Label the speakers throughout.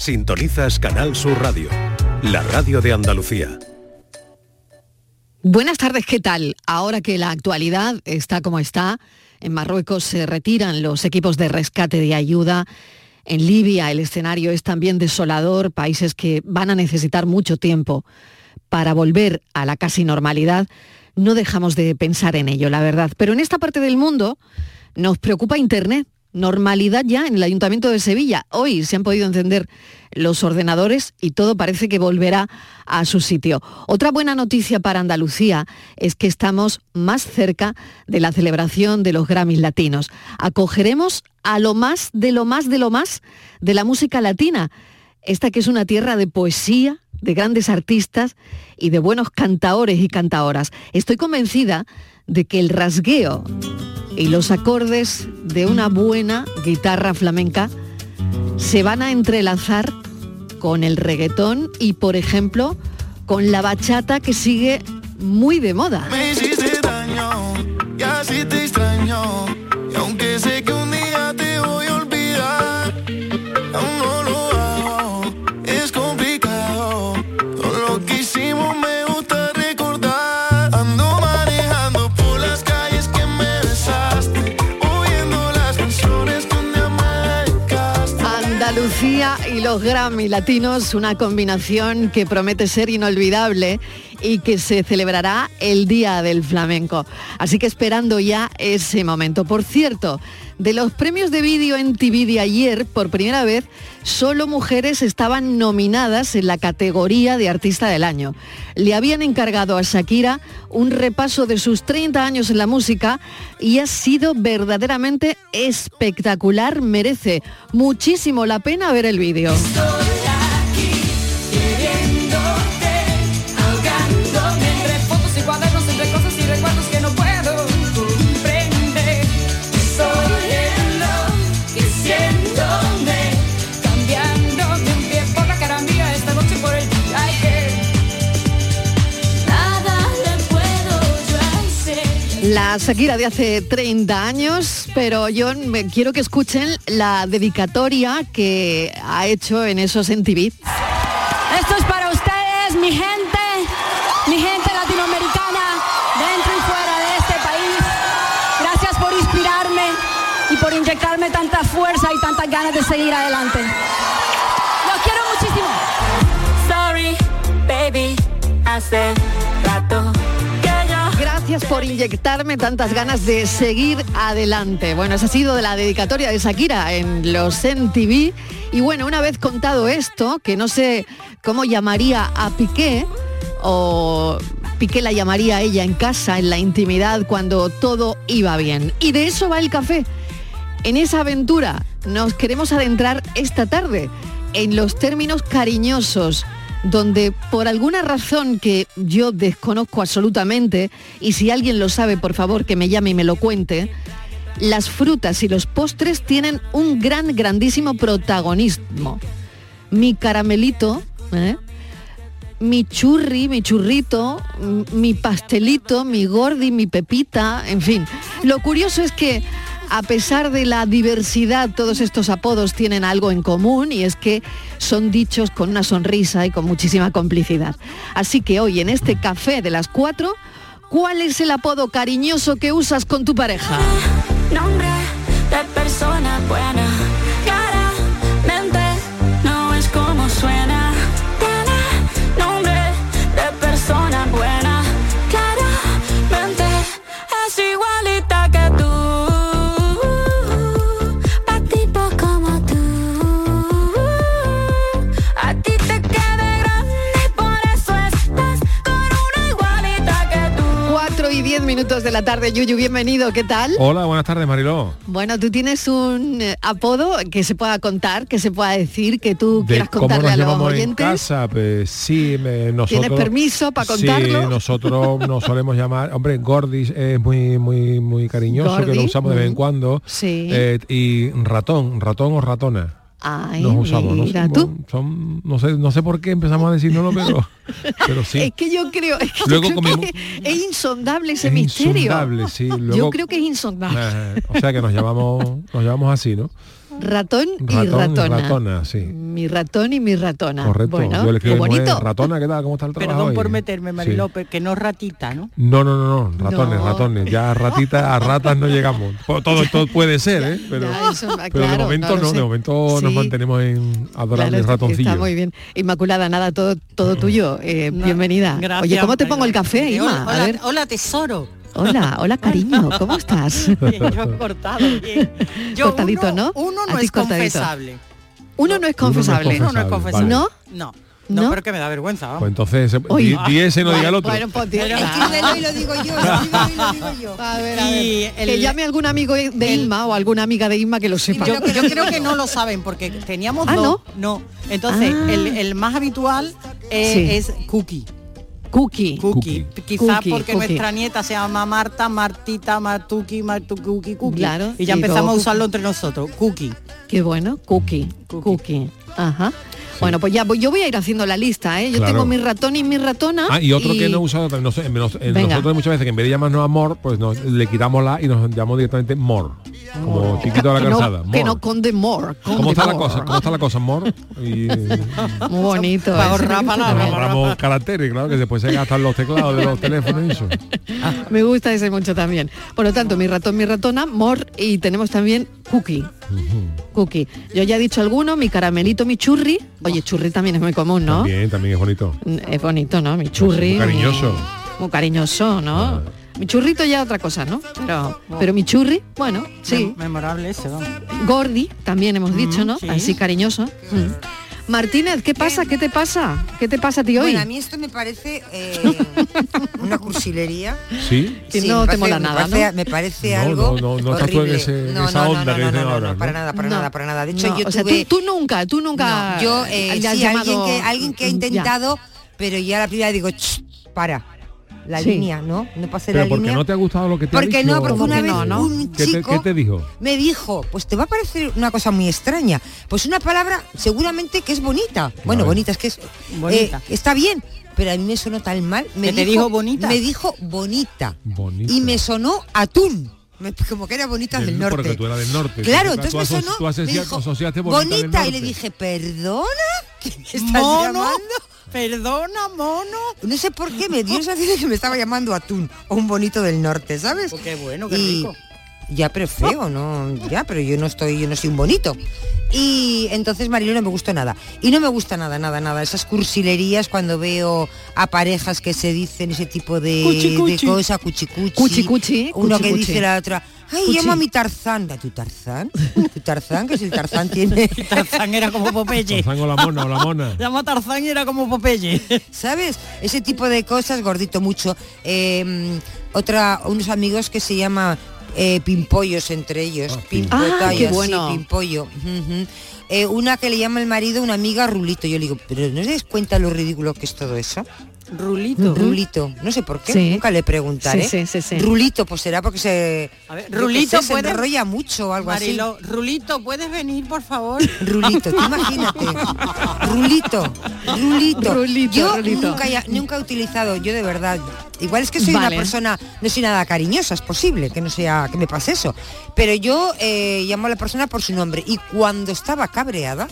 Speaker 1: Sintonizas Canal Sur Radio, la radio de Andalucía.
Speaker 2: Buenas tardes, ¿qué tal? Ahora que la actualidad está como está, en Marruecos se retiran los equipos de rescate de ayuda. En Libia el escenario es también desolador, países que van a necesitar mucho tiempo para volver a la casi normalidad. No dejamos de pensar en ello, la verdad. Pero en esta parte del mundo nos preocupa Internet. Normalidad ya en el Ayuntamiento de Sevilla. Hoy se han podido encender los ordenadores y todo parece que volverá a su sitio. Otra buena noticia para Andalucía es que estamos más cerca de la celebración de los Grammys latinos. Acogeremos a lo más de lo más de lo más de la música latina, esta que es una tierra de poesía, de grandes artistas y de buenos cantaores y cantaoras. Estoy convencida de que el rasgueo y los acordes de una buena guitarra flamenca se van a entrelazar con el reggaetón y, por ejemplo, con la bachata que sigue muy de moda.
Speaker 3: Me hiciste daño, y así te extraño, y aunque sé que un día te voy a olvidar, aún no lo hago, es complicado, todo lo que hicimos me gusta recordar, ando manejando por las calles que me besaste, oyendo las canciones donde me dedicaste.
Speaker 2: Andalucía y los Grammy Latinos, una combinación que promete ser inolvidable y que se celebrará el Día del Flamenco. Así que esperando ya ese momento. Por cierto, de los premios de vídeo en TV de ayer, por primera vez, solo mujeres estaban nominadas en la categoría de Artista del Año. Le habían encargado a Shakira un repaso de sus 30 años en la música y ha sido verdaderamente espectacular. Merece muchísimo la pena ver el vídeo.
Speaker 4: Entre fotos y cuadernos, entre cosas y recuerdos que no puedo comprender. Soy el loco y siéndome, cambiándome un pie por la cara mía esta noche por el día ayer. Nada le puedo yo hacer.
Speaker 2: La Shakira de hace 30 años, pero yo me- quiero que escuchen la dedicatoria que ha hecho en esos MTV.
Speaker 5: Esto es para ustedes, mi gente, mi gente latinoamericana, dentro y fuera de este país. Gracias por inspirarme y por inyectarme tanta fuerza y tantas ganas de seguir adelante. Los quiero muchísimo.
Speaker 4: Sorry, baby, hace rato que yo
Speaker 2: Gracias por inyectarme tantas ganas de seguir adelante. Bueno, esa ha sido de la dedicatoria de Shakira en los MTV. Y bueno, una vez contado esto, que no sé cómo llamaría a Piqué, o Piqué la llamaría a ella en casa, en la intimidad, cuando todo iba bien. Y de eso va el café. En esa aventura nos queremos adentrar esta tarde en los términos cariñosos, donde por alguna razón que yo desconozco absolutamente, y si alguien lo sabe, por favor, que me llame y me lo cuente, las frutas y los postres tienen un gran, grandísimo protagonismo. Mi caramelito, ¿eh? mi churri, mi churrito, m- mi pastelito, mi gordi, mi pepita, en fin. Lo curioso es que a pesar de la diversidad, todos estos apodos tienen algo en común y es que son dichos con una sonrisa y con muchísima complicidad. Así que hoy en este café de las cuatro, ¿cuál es el apodo cariñoso que usas con tu pareja?
Speaker 4: Nombre de persona buena. Cara, mente, no es como suena. Tiene nombre de persona buena. Cara, mente, es igualita que tú. Pa' tipo como tú. A ti te queda grande y por eso estás con una igualita que tú.
Speaker 2: 4 y 10 minutos de la tarde, Yuyu, bienvenido, ¿qué tal?
Speaker 6: Hola, buenas tardes, Mariló.
Speaker 2: Bueno, tú tienes un eh, apodo que se pueda contar, que se pueda decir, que tú
Speaker 6: De
Speaker 2: quieras contarle a los
Speaker 6: llevamos en
Speaker 2: oyentes.
Speaker 6: casa, pues sí, me- nosotros...
Speaker 2: permiso para
Speaker 6: Sí,
Speaker 2: contarlo?
Speaker 6: nosotros nos solemos llamar... Hombre, Gordis es muy muy muy cariñoso, que lo
Speaker 2: Gordi,
Speaker 6: usamos de vez en
Speaker 2: mm.
Speaker 6: cuando.
Speaker 2: Sí.
Speaker 6: Eh, y ratón, ratón o ratona.
Speaker 2: Ay,
Speaker 6: Nos usamos, no,
Speaker 2: mira
Speaker 6: sé,
Speaker 2: tú.
Speaker 6: bueno, son- no, sé, no sé por qué empezamos a decirnoslo, pero, pero
Speaker 2: Es
Speaker 6: sí.
Speaker 2: que yo creo, es que yo
Speaker 6: Luego
Speaker 2: creo
Speaker 6: comemos-
Speaker 2: que es insondable ese
Speaker 6: Es
Speaker 2: misterio.
Speaker 6: insondable, sí. Luego-
Speaker 2: yo creo que es insondable.
Speaker 6: Eh, o sea que nos llamamos, nos llamamos así, ¿no?
Speaker 2: ratón, y
Speaker 6: Ratón y
Speaker 2: ratona.
Speaker 6: ratona, sí.
Speaker 2: Mi ratón y mi ratona.
Speaker 6: Correcto.
Speaker 2: Ah, Bueno,
Speaker 6: Yo le escribo
Speaker 2: qué
Speaker 6: a mi mujer,
Speaker 2: bonito.
Speaker 6: Ratona, ¿qué tal? ¿Cómo está el trabajo?
Speaker 7: Perdón
Speaker 6: hoy?".
Speaker 7: por meterme,
Speaker 6: Sí.
Speaker 7: Marilópez, que no es ratita, ¿no?
Speaker 6: No, no, no, no, ratones,
Speaker 2: No.
Speaker 6: ratones. Ya a ratitas, a ratas no llegamos. Po- Todo, todo puede ser, ¿eh? Pero,
Speaker 2: Ya, eso, ah,
Speaker 6: pero de
Speaker 2: claro,
Speaker 6: momento
Speaker 2: no lo
Speaker 6: no,
Speaker 2: sé.
Speaker 6: de momento nos
Speaker 2: Sí.
Speaker 6: mantenemos en adorables
Speaker 2: Claro,
Speaker 6: ratoncillos.
Speaker 2: Está muy bien. Inmaculada, nada, todo,
Speaker 6: Mm.
Speaker 2: todo tuyo. Eh,
Speaker 7: No,
Speaker 2: bienvenida.
Speaker 7: gracias,
Speaker 2: Oye, ¿cómo te
Speaker 7: Mariló.
Speaker 2: pongo el café,
Speaker 7: Eh,
Speaker 2: Ima?
Speaker 7: Hola,
Speaker 2: A ver.
Speaker 7: hola, tesoro.
Speaker 2: Hola, hola cariño, ¿cómo estás?
Speaker 7: Bien, yo he cortado bien. Yo
Speaker 2: Cortadito, ¿no?
Speaker 7: uno, Uno
Speaker 2: A
Speaker 7: no
Speaker 2: ti
Speaker 7: es
Speaker 2: cortadito.
Speaker 7: confesable.
Speaker 2: Uno no es confesable.
Speaker 7: Uno no
Speaker 6: Confesable,
Speaker 7: es confesable.
Speaker 2: vale. ¿No?
Speaker 7: No.
Speaker 2: ¿No?
Speaker 7: No, pero que me da vergüenza, vamos.
Speaker 6: Pues entonces, ese-
Speaker 2: Uy.
Speaker 6: di, di ese no diga el otro.
Speaker 2: Bueno, pues tío,
Speaker 8: Escríbelo y lo digo yo, escríbelo y lo digo yo.
Speaker 2: a ver, a ver.
Speaker 7: Y el-
Speaker 2: que llame algún amigo de Inma o alguna amiga de Inma que lo sepa.
Speaker 7: Yo, yo creo que no lo saben porque teníamos
Speaker 2: Ah,
Speaker 7: dos. No. Entonces,
Speaker 2: Ah.
Speaker 7: el, el más habitual eh,
Speaker 2: Sí.
Speaker 7: es Cookie.
Speaker 2: Cookie.
Speaker 7: Cookie.
Speaker 6: Cookie.
Speaker 7: Quizás
Speaker 2: Cookie,
Speaker 7: porque
Speaker 2: Cookie.
Speaker 7: nuestra nieta se llama Marta, Martita, Martuki, Martuki, Cookie.
Speaker 2: Claro,
Speaker 7: y ya
Speaker 2: y
Speaker 7: empezamos
Speaker 2: todo
Speaker 7: a usarlo entre nosotros. Cookie.
Speaker 2: Qué bueno, cookie, cookie.
Speaker 7: Cookie.
Speaker 2: Ajá. Bueno, pues ya voy- yo voy a ir haciendo la lista, ¿eh? Yo
Speaker 6: Claro.
Speaker 2: tengo mi ratón y mi ratona.
Speaker 6: Ah, y otro que no he usado también, no sé, en nos- en
Speaker 2: Venga.
Speaker 6: nosotros muchas veces que en vez de llamarnos amor, pues nos, le quitamos la y nos llamamos directamente mor. Como
Speaker 2: que
Speaker 6: chiquito de la calzada.
Speaker 2: no, que
Speaker 6: mor.
Speaker 2: no conde more.
Speaker 6: ¿Cómo
Speaker 2: conde
Speaker 6: está la
Speaker 2: more.
Speaker 6: cosa? ¿Cómo está la cosa, mor? Y,
Speaker 2: Muy bonito.
Speaker 7: Para
Speaker 2: ¿eh?
Speaker 8: Ah,
Speaker 7: ahorrar palabras.
Speaker 6: ahorramos caracteres, claro, que después se gastan los teclados de los teléfonos y eso.
Speaker 2: Me gusta ese mucho también. Por lo tanto, mi ratón, mi ratona, mor y tenemos también cookie. Cookie. Yo ya he dicho alguno, mi caramelito, mi churri. Oye, churri también es muy común,
Speaker 8: ¿Ah?
Speaker 2: ¿no? Mm,
Speaker 6: También, también es bonito.
Speaker 2: Es bonito, ¿no? Mi churri.
Speaker 6: Muy Ah. cariñoso.
Speaker 2: mi- Muy cariñoso, ¿no? Mi churrito ya otra cosa, ¿no? Pero,
Speaker 6: Oh.
Speaker 2: pero mi churri, bueno, sí.
Speaker 7: Mem- Memorable ese, vamos.
Speaker 2: Gordi, también hemos
Speaker 6: Mm,
Speaker 2: dicho, ¿no?
Speaker 7: sí.
Speaker 2: Así cariñoso. Mm. Martínez, ¿qué pasa? ¿Qué te pasa? ¿Qué te pasa a ti hoy?
Speaker 8: Bueno, a mí esto me parece eh, una cursilería.
Speaker 6: ¿Sí?
Speaker 2: Que
Speaker 8: Sí,
Speaker 2: no
Speaker 8: me
Speaker 2: te
Speaker 8: parece-
Speaker 2: mola
Speaker 8: me
Speaker 2: nada,
Speaker 8: parece-
Speaker 2: ¿no?
Speaker 8: Me parece
Speaker 6: No,
Speaker 8: algo
Speaker 6: no, no, no estás tú en
Speaker 8: horrible.
Speaker 6: ese- esa onda que dicen ahora,
Speaker 8: No,
Speaker 6: ¿no?
Speaker 8: para nada, para
Speaker 2: No.
Speaker 8: nada, para nada. De hecho,
Speaker 2: No,
Speaker 8: yo
Speaker 2: o sea,
Speaker 8: tuve...
Speaker 2: tú, tú nunca, tú nunca.
Speaker 8: No, yo, eh,
Speaker 2: hayas
Speaker 8: sí, alguien,
Speaker 2: llamado-
Speaker 8: que, alguien que ha
Speaker 2: Ya.
Speaker 8: intentado, pero ya la primera digo, "Ch, para, la
Speaker 2: Sí.
Speaker 8: línea, ¿no? No pasé
Speaker 6: Pero
Speaker 8: la
Speaker 6: porque
Speaker 8: línea.
Speaker 6: no te ha gustado lo que te ha
Speaker 8: Porque
Speaker 6: dicho.
Speaker 8: no, porque una
Speaker 2: que
Speaker 8: vez
Speaker 2: no, ¿no?
Speaker 8: un
Speaker 6: ¿Qué te,
Speaker 8: chico
Speaker 6: qué te dijo?
Speaker 8: me dijo, pues te va a parecer una cosa muy extraña. Pues una palabra seguramente que es bonita. Bueno,
Speaker 6: Vale.
Speaker 8: bonita es que es.
Speaker 7: Bonita.
Speaker 8: eh, está bien, pero a mí me sonó tan mal. Me
Speaker 7: ¿Que te dijo bonita?
Speaker 8: Me dijo bonita.
Speaker 6: Bonita.
Speaker 8: Y me sonó atún. Me- Como que era bonita del,
Speaker 6: Del-
Speaker 8: norte.
Speaker 6: porque tú eras del norte.
Speaker 8: Claro,
Speaker 6: Tú- tú
Speaker 8: entonces me
Speaker 6: aso-
Speaker 8: sonó.
Speaker 6: tú
Speaker 8: me
Speaker 6: asocia-
Speaker 8: dijo,
Speaker 6: asociaste bonita del
Speaker 8: y le
Speaker 6: norte.
Speaker 8: dije, ¿perdona? ¿Que me estás
Speaker 7: Mono.
Speaker 8: llamando?
Speaker 7: Perdona, mono.
Speaker 8: No sé por qué me dio esa sensación que me estaba llamando atún o un bonito del norte, ¿sabes?
Speaker 7: Pues qué bueno, qué
Speaker 8: Y-
Speaker 7: rico.
Speaker 8: Ya, pero feo, no, ya, pero yo no estoy, yo no soy un bonito. Y entonces Marilo no me gustó nada. Y no me gusta nada, nada, nada. Esas cursilerías cuando veo a parejas que se dicen ese tipo de,
Speaker 7: Cuchi, cuchi.
Speaker 8: de cosas, cuchicuchi.
Speaker 2: Cuchi, cuchi,
Speaker 8: Uno
Speaker 2: cuchi,
Speaker 8: que
Speaker 2: cuchi.
Speaker 8: dice la otra, ay,
Speaker 2: Cuchi.
Speaker 8: llama a mi Tarzán. ¿A tu Tarzán? ¿Tu Tarzán? Que si el Tarzán tiene...
Speaker 7: Tarzán era como Popeye.
Speaker 6: Tarzán o la mona o la mona.
Speaker 7: Llama a Tarzán y era como Popeye.
Speaker 8: ¿Sabes? Ese tipo de cosas, gordito mucho. Eh, otra, unos amigos que se llama eh, Pimpollos entre ellos. Pimpota
Speaker 2: Ah,
Speaker 8: y
Speaker 2: qué
Speaker 8: así,
Speaker 2: bueno.
Speaker 8: Pimpollo. Ujú. Eh, una que le llama el marido una amiga Rulito. Yo le digo, pero ¿no os dais cuenta lo ridículo que es todo eso?
Speaker 7: Rulito.
Speaker 8: Rulito, no sé por qué,
Speaker 2: Sí.
Speaker 8: nunca le preguntaré.
Speaker 2: Sí, sí, sí, sí.
Speaker 8: Rulito, pues será porque se,
Speaker 7: A ver,
Speaker 8: yo qué
Speaker 7: Rulito
Speaker 8: sé, se
Speaker 7: puede-
Speaker 8: enrolla mucho o algo
Speaker 7: Marilo, Rulito, ¿puedes venir, por favor?
Speaker 8: así. Rulito, tú imagínate. Rulito, rulito.
Speaker 2: Rulito,
Speaker 8: yo
Speaker 2: rulito.
Speaker 8: Nunca, ya- nunca he utilizado, yo de verdad. Igual es que soy
Speaker 2: Vale.
Speaker 8: una persona, no soy nada cariñosa, es posible que no sea que me pase eso. Pero yo eh, llamo a la persona por su nombre y cuando estaba cabreada,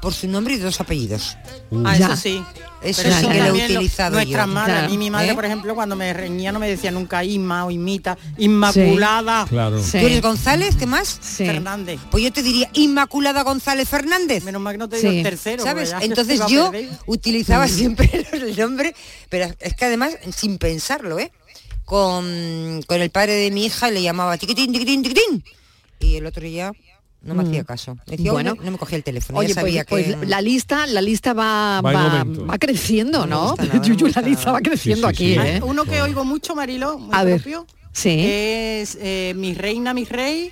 Speaker 8: por su nombre y dos apellidos.
Speaker 7: Ah,
Speaker 2: Ya.
Speaker 7: eso sí.
Speaker 8: Eso
Speaker 7: Pero
Speaker 2: sí que lo he
Speaker 7: también
Speaker 8: utilizado yo.
Speaker 7: Nuestra madre, a mí mi madre,
Speaker 8: ¿Eh?
Speaker 7: por ejemplo, cuando me reñía no me decía nunca Inma o Imita, Inmaculada
Speaker 6: Claro.
Speaker 2: Sí.
Speaker 8: ¿Tú eres González? ¿Qué más?
Speaker 2: Sí.
Speaker 7: Fernández.
Speaker 8: Pues yo te diría Inmaculada González Fernández.
Speaker 7: Menos mal que no te
Speaker 2: Sí.
Speaker 7: digo el tercero.
Speaker 8: ¿Sabes?
Speaker 7: porque ya
Speaker 8: Entonces
Speaker 7: iba a
Speaker 8: yo
Speaker 7: perder. Mm.
Speaker 8: utilizaba siempre el nombre, pero es que además, sin pensarlo, ¿eh? Con, con el padre de mi hija le llamaba tiquitín, tiquitín, tiquitín. Y el otro día no
Speaker 7: Mm.
Speaker 8: me hacía caso. Decía,
Speaker 2: Bueno.
Speaker 8: bueno, no, me cogía el teléfono.
Speaker 2: Oye,
Speaker 8: ya
Speaker 2: pues,
Speaker 8: sabía
Speaker 2: pues
Speaker 8: que...
Speaker 2: la lista, la lista va,
Speaker 6: Va en
Speaker 2: va,
Speaker 6: aumento.
Speaker 2: va creciendo,
Speaker 8: No me
Speaker 2: ¿no?
Speaker 8: gusta nada, no me
Speaker 2: Yuyu, la
Speaker 8: gusta
Speaker 2: lista
Speaker 8: nada.
Speaker 2: va creciendo
Speaker 6: Sí, sí,
Speaker 2: aquí,
Speaker 6: sí.
Speaker 2: ¿eh?
Speaker 7: Ah, Uno que oigo mucho, Marilo, muy
Speaker 2: A ver.
Speaker 7: propio,
Speaker 2: Sí.
Speaker 7: es eh, mi reina, mi rey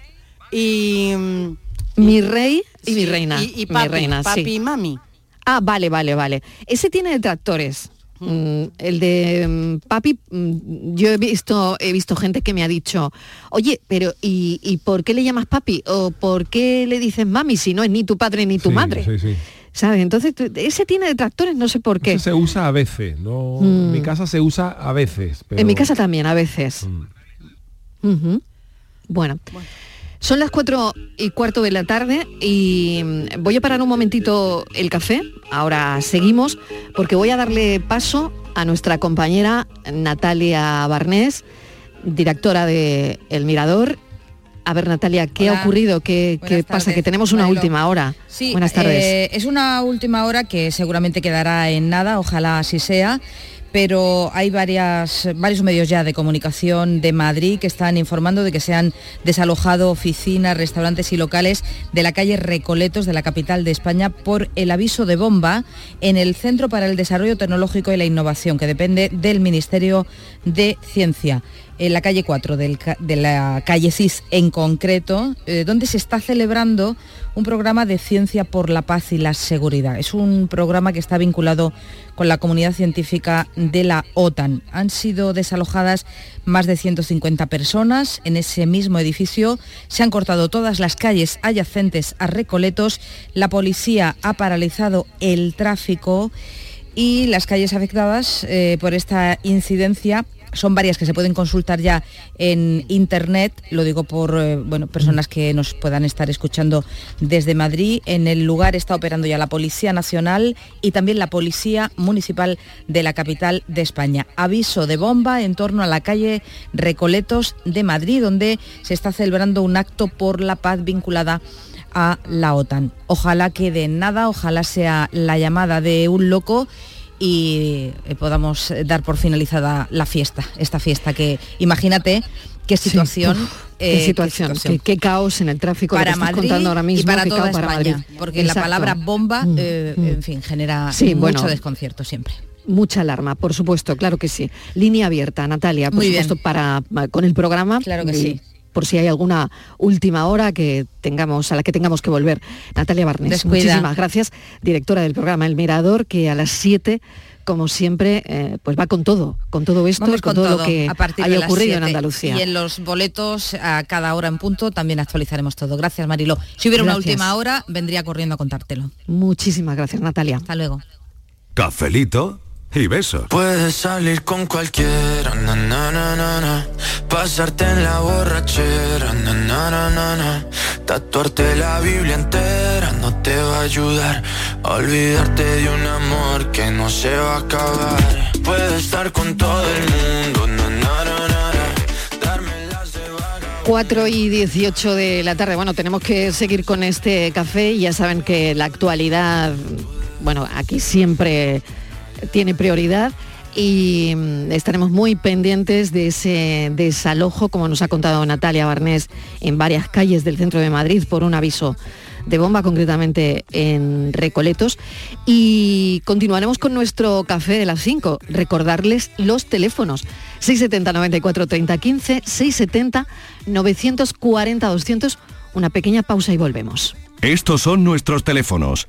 Speaker 7: y... mm,
Speaker 2: Mi rey y
Speaker 7: sí,
Speaker 2: mi reina.
Speaker 7: Y, y
Speaker 2: mi
Speaker 7: papi,
Speaker 2: reina,
Speaker 7: papi
Speaker 2: sí.
Speaker 7: y mami.
Speaker 2: Ah, vale, vale, vale. Ese tiene detractores. Mm, el de mm, papi, mm, yo he visto, he visto gente que me ha dicho, oye, pero ¿y, y por qué le llamas papi? ¿O por qué le dices mami si no es ni tu padre ni tu
Speaker 6: Sí,
Speaker 2: madre?
Speaker 6: Sí, sí.
Speaker 2: ¿Sabes? Entonces, tú- ese tiene detractores, no sé por qué.
Speaker 6: Eso se usa a veces, no. En
Speaker 8: Mm.
Speaker 6: mi casa se usa a veces. Pues, pero-
Speaker 2: En mi casa también, a veces. Ujú. Bueno. Son las cuatro y cuarto de la tarde y mm, voy a parar un momentito el café. Ahora seguimos porque voy a darle paso a nuestra compañera Natalia Barnés, directora de El Mirador. A ver, Natalia, ¿qué
Speaker 9: Hola.
Speaker 2: ha ocurrido? ¿Qué, qué
Speaker 9: Buenas
Speaker 2: pasa?
Speaker 9: tardes,
Speaker 2: Que tenemos una
Speaker 9: Mariló.
Speaker 2: última hora.
Speaker 9: Sí,
Speaker 2: Buenas tardes.
Speaker 9: eh, es una última hora que seguramente quedará en nada, ojalá así sea. Pero hay varias, varios medios ya de comunicación de Madrid que están informando de que se han desalojado oficinas, restaurantes y locales de la calle Recoletos de la capital de España por el aviso de bomba en el Centro para el Desarrollo Tecnológico y la Innovación, que depende del Ministerio de Ciencia en la calle 4 del ca- de la calle CIS en concreto, eh, donde se está celebrando un programa de ciencia por la paz y la seguridad. Es un programa que está vinculado con la comunidad científica de la OTAN. Han sido desalojadas más de 150 personas en ese mismo edificio. Se han cortado todas las calles adyacentes a Recoletos. La policía ha paralizado el tráfico y las calles afectadas eh, por esta incidencia son varias que se pueden consultar ya en internet, lo digo por eh, bueno, personas que nos puedan estar escuchando desde Madrid. En el lugar está operando ya la Policía Nacional y también la Policía Municipal de la capital de España. Aviso de bomba en torno a la calle Recoletos de Madrid, donde se está celebrando un acto por la paz vinculada a la OTAN. Ojalá quede en nada, ojalá sea la llamada de un loco y eh, podamos eh, dar por finalizada la fiesta, esta fiesta que imagínate qué situación,
Speaker 2: Uf,
Speaker 9: eh,
Speaker 2: qué situación, qué, qué caos en el tráfico lo que
Speaker 9: para
Speaker 2: estás
Speaker 9: Madrid
Speaker 2: contando ahora mismo,
Speaker 9: y para
Speaker 2: qué
Speaker 9: toda
Speaker 2: caos para
Speaker 9: España,
Speaker 2: Madrid.
Speaker 9: porque
Speaker 2: Exacto. Mm,
Speaker 9: la palabra bomba, eh, en fin, genera
Speaker 2: Sí,
Speaker 9: mucho
Speaker 2: bueno.
Speaker 9: desconcierto siempre.
Speaker 2: Mucha alarma, por supuesto, claro que sí. Línea abierta, Natalia, por
Speaker 9: Muy bien.
Speaker 2: supuesto, para con el programa. Claro
Speaker 9: que sí.
Speaker 2: Por si hay alguna última hora que tengamos, a la que tengamos que volver. Natalia Barnes,
Speaker 9: Descuida.
Speaker 2: muchísimas gracias, directora del programa El Mirador, que a las 7, como siempre, eh, pues va con todo, con todo esto,
Speaker 9: Vamos
Speaker 2: y con, todo, lo
Speaker 9: todo,
Speaker 2: que
Speaker 9: a partir de
Speaker 2: haya
Speaker 9: las
Speaker 2: ocurrido en
Speaker 9: siete.
Speaker 2: Andalucía.
Speaker 9: Y en los boletos a cada hora en punto también actualizaremos todo. Gracias, Marilo. Si hubiera una
Speaker 2: Gracias.
Speaker 9: última hora, vendría corriendo a contártelo.
Speaker 2: Muchísimas gracias, Natalia.
Speaker 9: Hasta luego.
Speaker 1: Cafelito y besos.
Speaker 10: Puedes salir con cualquiera, na, na, na, na, na. pasarte en la borrachera, na, na, na, na, na. tatuarte la Biblia entera no te va a ayudar a olvidarte de un amor que no se va a acabar. Puedes estar con todo el mundo, na, na, na, na, na.
Speaker 2: 4 y 18 de la tarde. Bueno, tenemos que seguir con este café. Ya saben que la actualidad, bueno, aquí siempre tiene prioridad y mm, estaremos muy pendientes de ese desalojo, como nos ha contado Natalia Barnés, en varias calles del centro de Madrid por un aviso de bomba, concretamente en Recoletos. Y continuaremos con nuestro café de las 5. Recordarles los teléfonos. 670 94 30 15, 670 940 200. Una pequeña pausa y volvemos.
Speaker 11: Estos son nuestros teléfonos.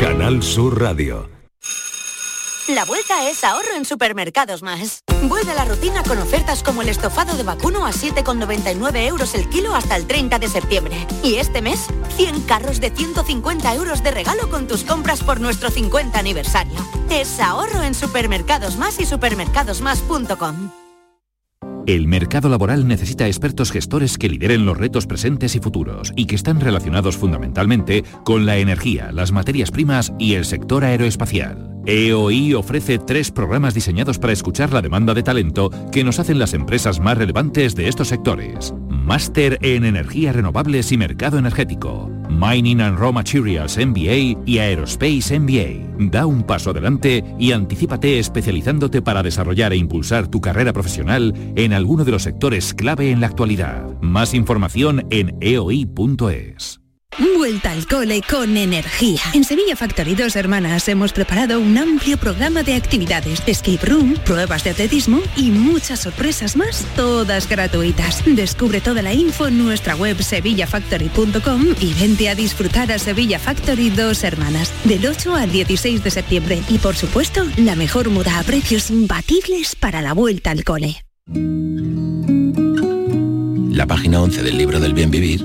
Speaker 1: Canal Sur Radio.
Speaker 12: La vuelta es ahorro en Supermercados Más. Vuelve a la rutina con ofertas como el estofado de vacuno a 7,99 euros el kilo hasta el 30 de septiembre. Y este mes, 100 carros de 150 euros de regalo con tus compras por nuestro 50 aniversario. Es ahorro en Supermercados Más y supermercadosmás.com.
Speaker 13: El mercado laboral necesita expertos gestores que lideren los retos presentes y futuros y que están relacionados fundamentalmente con la energía, las materias primas y el sector aeroespacial. EOI ofrece tres programas diseñados para escuchar la demanda de talento que nos hacen las empresas más relevantes de estos sectores. Máster en Energías Renovables y Mercado Energético, Mining and Raw Materials MBA y Aerospace MBA. Da un paso adelante y anticípate especializándote para desarrollar e impulsar tu carrera profesional en alguno E de los sectores clave en la actualidad. Más información en eoi.es.
Speaker 12: Vuelta al cole con energía. En Sevilla Factory Dos Hermanas hemos preparado un amplio programa de actividades, escape room, pruebas de atletismo y muchas sorpresas más, todas gratuitas. Descubre toda la info en nuestra web sevillafactory.com y vente a disfrutar a Sevilla Factory Dos Hermanas del 8 al 16 de septiembre. Y por supuesto, la mejor muda a precios imbatibles para la vuelta al cole.
Speaker 14: La página 11 del libro del bien vivir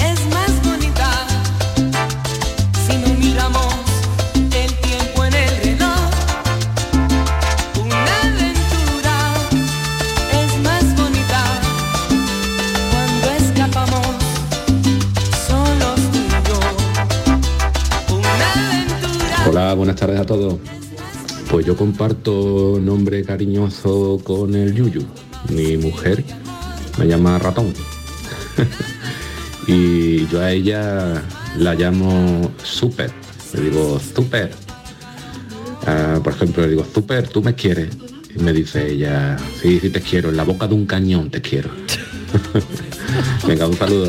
Speaker 4: es más bonita si no miramos el tiempo en el reloj. Una aventura es más bonita cuando escapamos solos tú y yo. Una aventura.
Speaker 15: Hola, buenas tardes a todos. Pues yo comparto nombre cariñoso con el Yuyu. Mi mujer me llama Ratón. y yo a ella la llamo Super. Le digo, Super. Ah, por ejemplo, le digo, Super, tú me quieres. Y me dice ella, sí, sí te quiero, en la boca de un cañón te quiero. Venga, un saludo.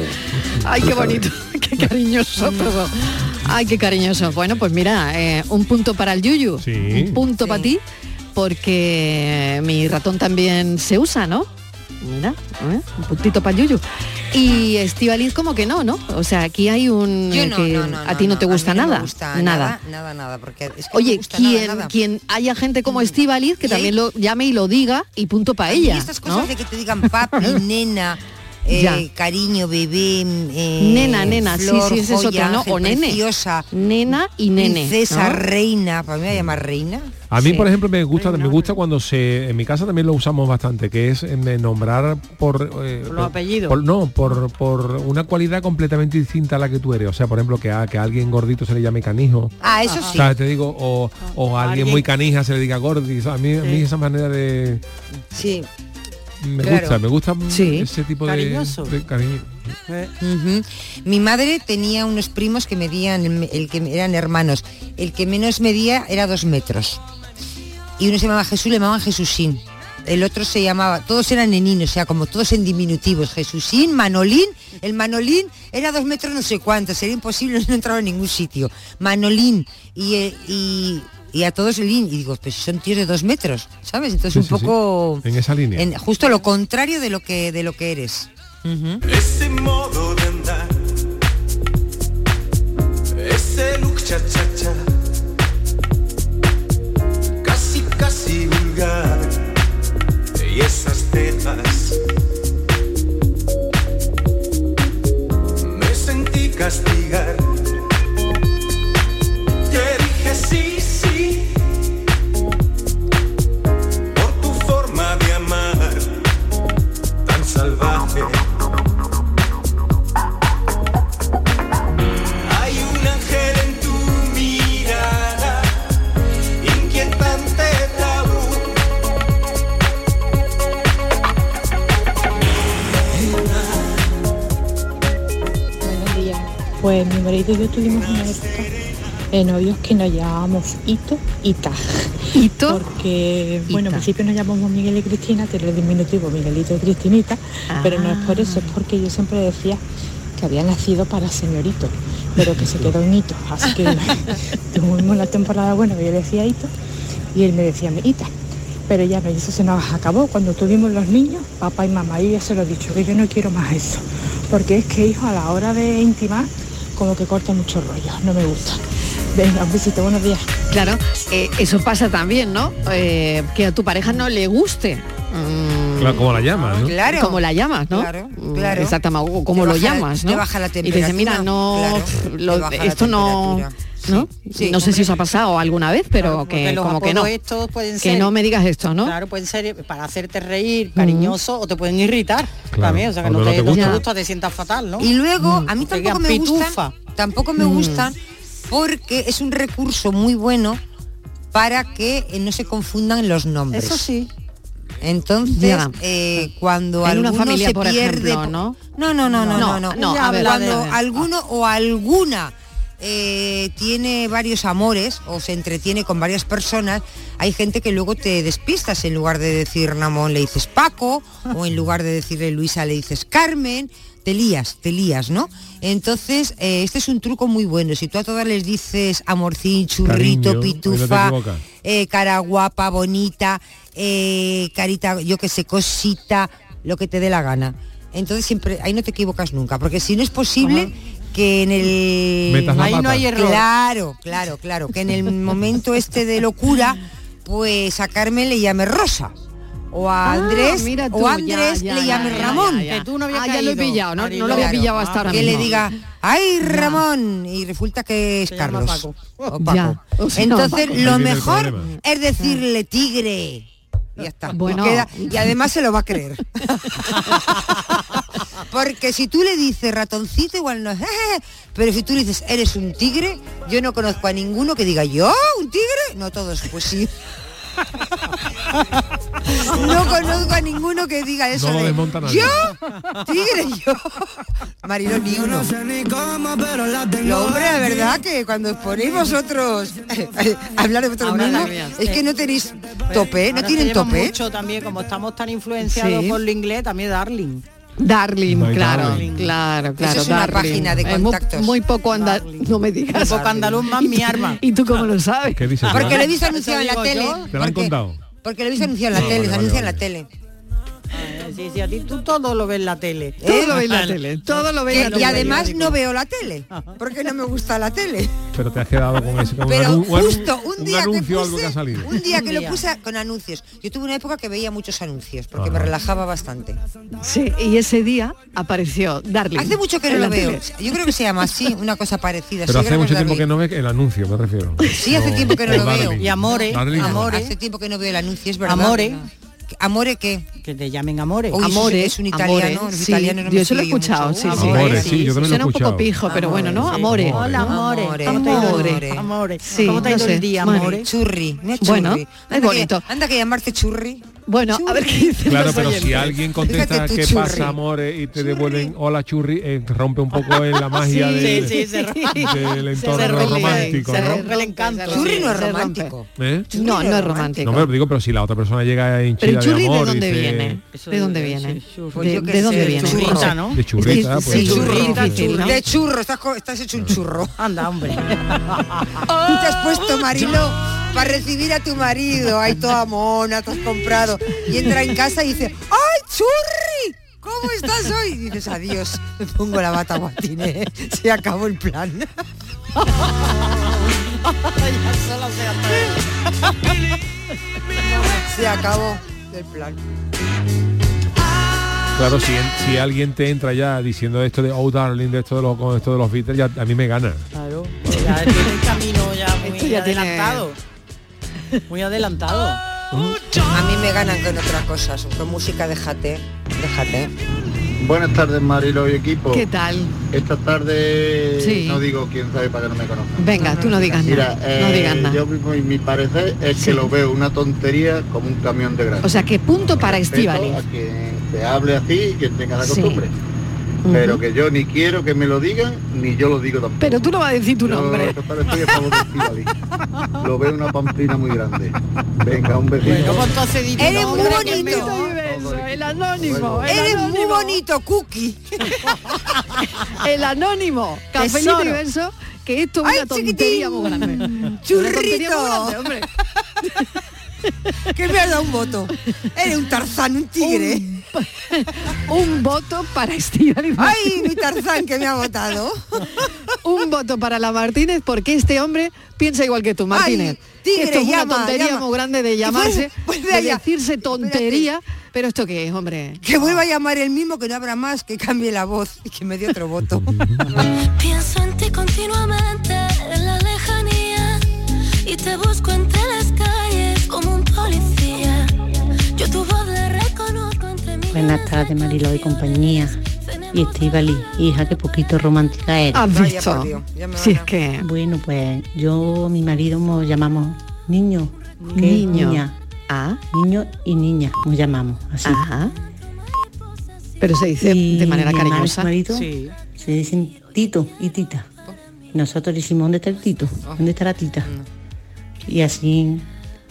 Speaker 2: Ay, qué
Speaker 15: Buenas tardes.
Speaker 2: bonito, qué cariñoso todo. Ay, qué cariñoso. Bueno, pues mira, eh, un punto para el Yuyu, un punto para ti, porque mi ratón también se usa, ¿no? Mira, ¿eh? un puntito para el Yuyu. Y Estivaliz como que no, ¿no? O sea, aquí hay un...
Speaker 8: Yo
Speaker 2: eh,
Speaker 8: no,
Speaker 2: que
Speaker 8: no, no,
Speaker 2: a ti no, te gusta,
Speaker 8: no me
Speaker 2: nada,
Speaker 8: gusta
Speaker 2: nada.
Speaker 8: nada, nada, nada, porque es que no me
Speaker 2: Oye,
Speaker 8: gusta nada,
Speaker 2: quien,
Speaker 8: nada. Mm.
Speaker 2: quien haya gente como Estivaliz que también lo llame y lo diga y punto para
Speaker 8: Y
Speaker 2: ella.
Speaker 8: estas
Speaker 2: ¿no?
Speaker 8: cosas de que te digan papi, nena, eh,
Speaker 2: Ya.
Speaker 8: cariño, bebé, eh,
Speaker 2: Nena, nena, sí,
Speaker 8: flor,
Speaker 2: sí, ese es otro,
Speaker 8: joya,
Speaker 2: ¿no? O
Speaker 8: ángel
Speaker 2: nene.
Speaker 8: preciosa,
Speaker 2: Nena y nene.
Speaker 8: princesa,
Speaker 2: ¿no?
Speaker 8: reina, para mí me llama reina.
Speaker 6: A mí,
Speaker 8: Sí.
Speaker 6: por ejemplo, me gusta, me gusta cuando se, en mi casa también lo usamos bastante, que es em, eh, nombrar por, eh,
Speaker 16: Por los
Speaker 6: por-
Speaker 16: apellidos.
Speaker 6: por- no, por, por una cualidad completamente distinta a la que tú eres. O sea, por ejemplo, que a, que a alguien gordito se le llame canijo.
Speaker 8: Ah, eso
Speaker 6: O
Speaker 8: sí. Ah,
Speaker 6: sea, te digo, o, o a alguien
Speaker 8: Alguien-
Speaker 6: muy canija se le diga gordi. O sea, a, mí, a mí
Speaker 8: Sí.
Speaker 6: esa manera de...
Speaker 8: Sí.
Speaker 6: Me
Speaker 8: Claro.
Speaker 6: gusta, me gusta mm, ese tipo de-
Speaker 8: Cariñoso.
Speaker 6: de cariño.
Speaker 8: Ujú. Mi madre tenía unos primos que medían, el, el que eran hermanos. El que menos medía era dos metros. Y uno se llamaba Jesús, le llamaban Jesúsín. El otro se llamaba, todos eran neninos, o sea, como todos en diminutivos. Jesúsín, Manolín, el Manolín era dos metros no sé cuánto, sería imposible, no entraba en ningún sitio. Manolín y, eh, y, y a todos Lin. Y digo, pues son tíos de dos metros, ¿sabes? Entonces
Speaker 6: Sí,
Speaker 8: un
Speaker 6: sí, sí.
Speaker 8: poco
Speaker 6: En esa línea.
Speaker 8: en- justo lo contrario de lo que, de lo que eres. Ujú.
Speaker 11: Ese modo de andar. Ese look cha cha cha. Casi casi vulgar. Y esas tetas. Me sentí castigar. Te dije sí, sí. Por tu forma de amar. Tan salvaje. Hay un ángel en tu mirada, inquietante tabú.
Speaker 17: Buenos días. Pues mi marido y yo tuvimos una época de novios que nos llamábamos Ito y Ta.
Speaker 2: ¿Ito?
Speaker 17: Porque, bueno,
Speaker 2: Ta.
Speaker 17: en principio nos llamamos Miguel y Cristina, que era el diminutivo Miguelito y Cristinita, pero no es por eso, es porque yo siempre decía que había nacido para señorito, pero que se quedó en Ito. Así que tuvimos la temporada buena que yo le decía Ito y él me decía Ita. Pero ya no, y eso se nos acabó. Cuando tuvimos los niños, papá y mamá, yo ya se lo he dicho, que yo no quiero más eso. Porque es que, hijo, a la hora de intimar, como que corta mucho rollo, no me gusta. Venga, un besito, buenos días.
Speaker 2: Claro, eh, eso pasa también, ¿no? Eh, que a tu pareja no le guste.
Speaker 6: Claro, como la llamas, ¿no?
Speaker 8: Claro.
Speaker 2: Como la llamas, ¿no?
Speaker 8: Claro,
Speaker 2: Mm,
Speaker 8: claro.
Speaker 2: Exactamente, o como
Speaker 8: Te
Speaker 2: lo
Speaker 8: baja-
Speaker 2: llamas, ¿no?
Speaker 8: te baja la
Speaker 2: Y dices, mira,
Speaker 8: temperatura,
Speaker 2: no,
Speaker 8: claro,
Speaker 2: pff, lo-
Speaker 8: te baja la
Speaker 2: esto no, ¿no? no sé si os ha pasado alguna vez, pero que
Speaker 7: Porque los
Speaker 2: como que no.
Speaker 7: apodos estos pueden
Speaker 2: que
Speaker 7: ser-
Speaker 2: no me digas esto, ¿no?
Speaker 7: Claro, pueden ser eh, para hacerte reír, cariñoso, o te pueden irritar
Speaker 2: Claro,
Speaker 7: también, o sea que
Speaker 2: o
Speaker 7: no
Speaker 2: no
Speaker 7: te,
Speaker 2: te
Speaker 7: no te
Speaker 2: gusta.
Speaker 7: gusta, te sientas fatal, ¿no?
Speaker 8: Y
Speaker 2: Mm.
Speaker 8: luego, a mí tampoco
Speaker 7: Te digan
Speaker 8: me
Speaker 7: pitufa.
Speaker 8: gustan, tampoco me
Speaker 7: Mm.
Speaker 8: gustan, porque es un recurso muy bueno para que eh, no se confundan los nombres.
Speaker 7: Eso sí.
Speaker 8: Entonces,
Speaker 7: Ya.
Speaker 8: eh, cuando
Speaker 2: En una
Speaker 8: alguno
Speaker 2: familia,
Speaker 8: se
Speaker 2: por
Speaker 8: pierde,
Speaker 2: ejemplo, ¿no?
Speaker 8: no, no, no, no,
Speaker 2: No,
Speaker 8: no,
Speaker 2: no, a ver,
Speaker 8: cuando
Speaker 2: a ver.
Speaker 8: alguno o alguna eh, tiene varios amores o se entretiene con varias personas, hay gente que luego te despistas. En lugar de decir Ramón le dices Paco, o en lugar de decirle Luisa le dices Carmen, te lías, te lías, ¿no? Entonces, eh, este es un truco muy bueno. Si tú a todas les dices amorcín, churrito,
Speaker 6: Cariño, ahí no te
Speaker 8: pitufa,
Speaker 6: equivocas.
Speaker 8: eh, cara guapa, bonita, eh, carita, yo que sé, cosita, lo que te dé la gana. Entonces siempre, ahí no te equivocas nunca, porque si no es posible que en el...
Speaker 7: Metas la Ahí no pata. hay error.
Speaker 8: Claro, claro, claro, que en el momento este de locura, pues a Carmen le llame Rosa. O
Speaker 2: Ah,
Speaker 8: a Andrés,
Speaker 2: mira tú,
Speaker 8: o a Andrés
Speaker 2: ya, ya,
Speaker 8: le
Speaker 2: ya,
Speaker 8: llame
Speaker 2: ya,
Speaker 8: Ramón.
Speaker 2: ya, ya. Que tú no habías Ah, ya lo he caído, pillado, no- no lo había
Speaker 8: Claro.
Speaker 2: pillado hasta ahora
Speaker 8: Que
Speaker 2: mismo.
Speaker 8: le diga, ¡ay, Ramón! Y resulta que es
Speaker 2: llama
Speaker 8: Carlos.
Speaker 2: Paco.
Speaker 8: O
Speaker 2: Ya.
Speaker 8: Oh, Paco.
Speaker 2: O sea,
Speaker 8: Entonces,
Speaker 2: Paco.
Speaker 8: lo
Speaker 2: Ahí viene el
Speaker 8: mejor
Speaker 2: problema.
Speaker 8: es decirle tigre. Ya está.
Speaker 2: Bueno.
Speaker 8: Y, queda- y además se lo va a creer. Porque si tú le dices ratoncito, igual no es. "Eh", Pero si tú le dices, eres un tigre, yo no conozco a ninguno que diga, ¿yo? ¿Un tigre? No todos, pues sí. No conozco a ninguno que diga eso.
Speaker 6: No lo
Speaker 8: de,
Speaker 6: desmonta nadie.
Speaker 8: ¿Yo? Tigre, yo. Marilo, ni uno. Lo, hombre, la verdad que cuando os ponéis vosotros a hablar de vosotros
Speaker 7: Ahora
Speaker 8: mismos,
Speaker 7: la mía,
Speaker 8: es
Speaker 7: sí.
Speaker 8: que no tenéis tope, no
Speaker 7: Ahora
Speaker 8: tienen
Speaker 7: se lleva
Speaker 8: tope.
Speaker 7: mucho también, como estamos tan influenciados
Speaker 8: Sí.
Speaker 7: por el inglés, también darling.
Speaker 2: Darling,
Speaker 7: No hay
Speaker 2: claro,
Speaker 7: darling.
Speaker 2: claro, claro.
Speaker 7: es una
Speaker 2: darling.
Speaker 7: página de
Speaker 2: Es muy-
Speaker 7: contactos.
Speaker 2: Muy, poco andaluz, no me digas.
Speaker 7: Muy poco andaluz, más mi arma.
Speaker 2: ¿Y tú cómo lo sabes?
Speaker 6: ¿Qué dices?
Speaker 8: Porque lo he visto
Speaker 7: Eso
Speaker 8: anunciado en la
Speaker 7: digo
Speaker 8: tele.
Speaker 7: yo.
Speaker 6: ¿Te lo han contado?
Speaker 8: Porque lo he visto anunciado en
Speaker 6: Ah,
Speaker 8: la tele,
Speaker 6: vale,
Speaker 8: se
Speaker 6: vale,
Speaker 8: anuncia en
Speaker 6: vale.
Speaker 8: la tele.
Speaker 7: Ah, Sí, sí, a ti tú todo lo ves en la tele.
Speaker 8: Eh,
Speaker 7: Eh,
Speaker 8: Todo lo ves en la
Speaker 2: tele, todo lo ves en
Speaker 8: Que-
Speaker 2: la
Speaker 8: eh, y
Speaker 2: tele.
Speaker 8: además no veo la tele, porque no me gusta la tele.
Speaker 6: Pero te has quedado con ese con
Speaker 8: Pero
Speaker 6: anun- anun-
Speaker 8: justo un día que
Speaker 6: anuncio o algo
Speaker 8: puse-
Speaker 6: que ha salido.
Speaker 8: Un día que
Speaker 2: Un
Speaker 8: lo
Speaker 2: día.
Speaker 8: puse con anuncios. Yo tuve una época que veía muchos anuncios, porque me
Speaker 2: Ajá.
Speaker 8: relajaba bastante.
Speaker 2: Sí, y ese día apareció Darling.
Speaker 8: Hace mucho que no
Speaker 2: en
Speaker 8: lo
Speaker 2: la
Speaker 8: veo.
Speaker 2: tele.
Speaker 8: Yo creo que se llama así, una cosa parecida.
Speaker 6: Pero
Speaker 8: sí,
Speaker 6: hace
Speaker 8: creo
Speaker 6: mucho
Speaker 8: es
Speaker 6: tiempo
Speaker 8: Darling.
Speaker 6: que no ve el anuncio, me refiero.
Speaker 8: Sí, hace tiempo que no lo veo. Ah,
Speaker 6: Darling. Darling, no.
Speaker 8: Hace tiempo que no veo el anuncio, es verdad.
Speaker 7: Amore.
Speaker 8: ¿Amore qué?
Speaker 7: Que te llamen Amore.
Speaker 8: Uy, eso
Speaker 2: Amore,
Speaker 8: es un italiano,
Speaker 2: amore,
Speaker 8: los
Speaker 2: sí.
Speaker 8: italianos no me
Speaker 2: Yo eso lo he
Speaker 8: siguen mucho.
Speaker 2: escuchado, sí, sí.
Speaker 6: Amore, sí, yo también lo he
Speaker 2: Suena un poco
Speaker 6: escuchado.
Speaker 2: pijo, pero bueno, ¿no?
Speaker 6: Amore,
Speaker 2: Amore.
Speaker 6: sí. Hola,
Speaker 7: amore. ¿Cómo te ha ido el
Speaker 2: Amore.
Speaker 7: día? Amore.
Speaker 2: Sí,
Speaker 7: ¿Cómo te
Speaker 2: no
Speaker 7: ha ido el
Speaker 2: sé.
Speaker 7: día,
Speaker 2: Bueno.
Speaker 7: amore?
Speaker 8: Churri, mira, churri.
Speaker 2: Bueno, es
Speaker 8: Anda que-
Speaker 2: bonito.
Speaker 8: anda que llamarte churri.
Speaker 2: Bueno, a ver qué dicen
Speaker 6: Claro,
Speaker 2: los
Speaker 6: pero si
Speaker 2: oyentes.
Speaker 6: alguien contesta
Speaker 2: Fíjate tú,
Speaker 6: qué
Speaker 2: churri.
Speaker 6: pasa, amores, y te devuelven hola churri, eh, rompe un poco eh, la magia
Speaker 7: Sí,
Speaker 6: del,
Speaker 7: sí, se rompe.
Speaker 6: del
Speaker 7: Se
Speaker 6: entorno
Speaker 7: rompe,
Speaker 6: romántico.
Speaker 7: se
Speaker 6: ¿no?
Speaker 7: rompe el encanto.
Speaker 8: Churri no es
Speaker 7: Se rompe.
Speaker 8: romántico.
Speaker 6: ¿Eh?
Speaker 2: No, no es romántico.
Speaker 6: No me lo digo, pero si la otra persona llega en
Speaker 2: Pero
Speaker 6: chila
Speaker 2: el
Speaker 6: de
Speaker 2: churri de
Speaker 6: amor y
Speaker 2: dónde
Speaker 6: dice-
Speaker 2: viene? ¿De dónde viene?
Speaker 8: Pues
Speaker 2: ¿De
Speaker 8: yo qué
Speaker 2: de
Speaker 8: sé,
Speaker 2: dónde
Speaker 8: de
Speaker 2: viene?
Speaker 8: churrita,
Speaker 2: No sé.
Speaker 8: ¿no?
Speaker 6: De churrita,
Speaker 2: Es que-
Speaker 6: pues,
Speaker 2: sí,
Speaker 6: de
Speaker 2: churrita,
Speaker 6: churrita.
Speaker 2: ¿no?
Speaker 8: De churro, estás, co- estás hecho un churro.
Speaker 7: Anda, hombre.
Speaker 8: Tú te has puesto, Marilo, para recibir a tu marido. Ay, toda mona, te has comprado. Y entra en casa y dice, ¡ay, churri! ¿Cómo estás hoy? Y dices, adiós, me pongo la bata guatine. Se acabó el plan. Se acabó el plan.
Speaker 6: Claro, si, en- si alguien te entra ya diciendo esto de oh darling, de esto de los con esto de los Beatles, ya a mí me gana.
Speaker 7: Claro. Ya tiene el camino ya muy adelantado. Muy adelantado.
Speaker 8: A mí me ganan con otras cosas. Con música, déjate, déjate.
Speaker 18: Buenas tardes, Marilo y equipo.
Speaker 2: ¿Qué tal?
Speaker 18: Esta tarde
Speaker 2: Sí.
Speaker 18: no digo quién sabe para que no me conozca.
Speaker 2: Venga, tú no digas
Speaker 18: Mira,
Speaker 2: nada. No
Speaker 18: eh,
Speaker 2: digas nada.
Speaker 18: yo mismo, y mi parecer es que lo veo una tontería como un camión de grasa.
Speaker 2: O sea, que punto para
Speaker 18: Respeto
Speaker 2: Estivali.
Speaker 18: A quien se hable así y quien tenga la
Speaker 2: Sí.
Speaker 18: costumbre. Pero que yo ni quiero que me lo digan, ni yo lo digo tampoco.
Speaker 2: Pero tú no vas a decir tu
Speaker 18: Yo,
Speaker 2: nombre.
Speaker 18: esta tarde estoy a favor de Estíbaliz. Lo veo una pamplina muy grande. Venga, un besito.
Speaker 8: Eres muy bonito.
Speaker 2: El anónimo. el
Speaker 8: Eres muy
Speaker 2: anónimo.
Speaker 8: bonito, Cookie.
Speaker 2: el anónimo cafelito y
Speaker 8: Tesoro.
Speaker 2: verso que esto es
Speaker 8: Ay,
Speaker 2: una tontería
Speaker 8: chiquitín.
Speaker 2: muy grande Una tontería muy grande,
Speaker 8: Churrito.
Speaker 2: hombre.
Speaker 8: que me has dado un voto. Eres un tarzán, un tigre.
Speaker 2: un voto para Estivali
Speaker 8: Ay, mi tarzán que me ha votado.
Speaker 2: un voto para la Martínez porque este hombre piensa igual que tú Martínez
Speaker 8: tigre,
Speaker 2: esto es
Speaker 8: llama,
Speaker 2: una tontería
Speaker 8: llama.
Speaker 2: muy grande de
Speaker 8: Y
Speaker 2: llamarse
Speaker 8: vuelve- vuelve
Speaker 2: de
Speaker 8: allá.
Speaker 2: decirse tontería pero esto qué es hombre
Speaker 8: Que vuelva a llamar el mismo, que no habrá más, que cambie la voz y que me dé otro voto.
Speaker 19: Pienso en ti continuamente, en la lejanía. Buenas tardes, Mariló y compañía. Y Estivali, hija, qué poquito romántica eres.
Speaker 2: Has visto. Vaya, por Dios, ya me Si van a- es que-
Speaker 19: Bueno, pues yo, mi marido, nos llamamos niño. ¿qué?
Speaker 2: Niño. ¿Ah?
Speaker 19: Niña. Niño y niña, nos llamamos así.
Speaker 2: Pero se dice de manera
Speaker 19: mi hermano y
Speaker 2: cariñosa.
Speaker 19: su marido Se dicen Tito y Tita. Nosotros decimos, ¿dónde está el Tito?
Speaker 2: Oh.
Speaker 19: ¿Dónde está la Tita?
Speaker 2: Mm.
Speaker 19: Y así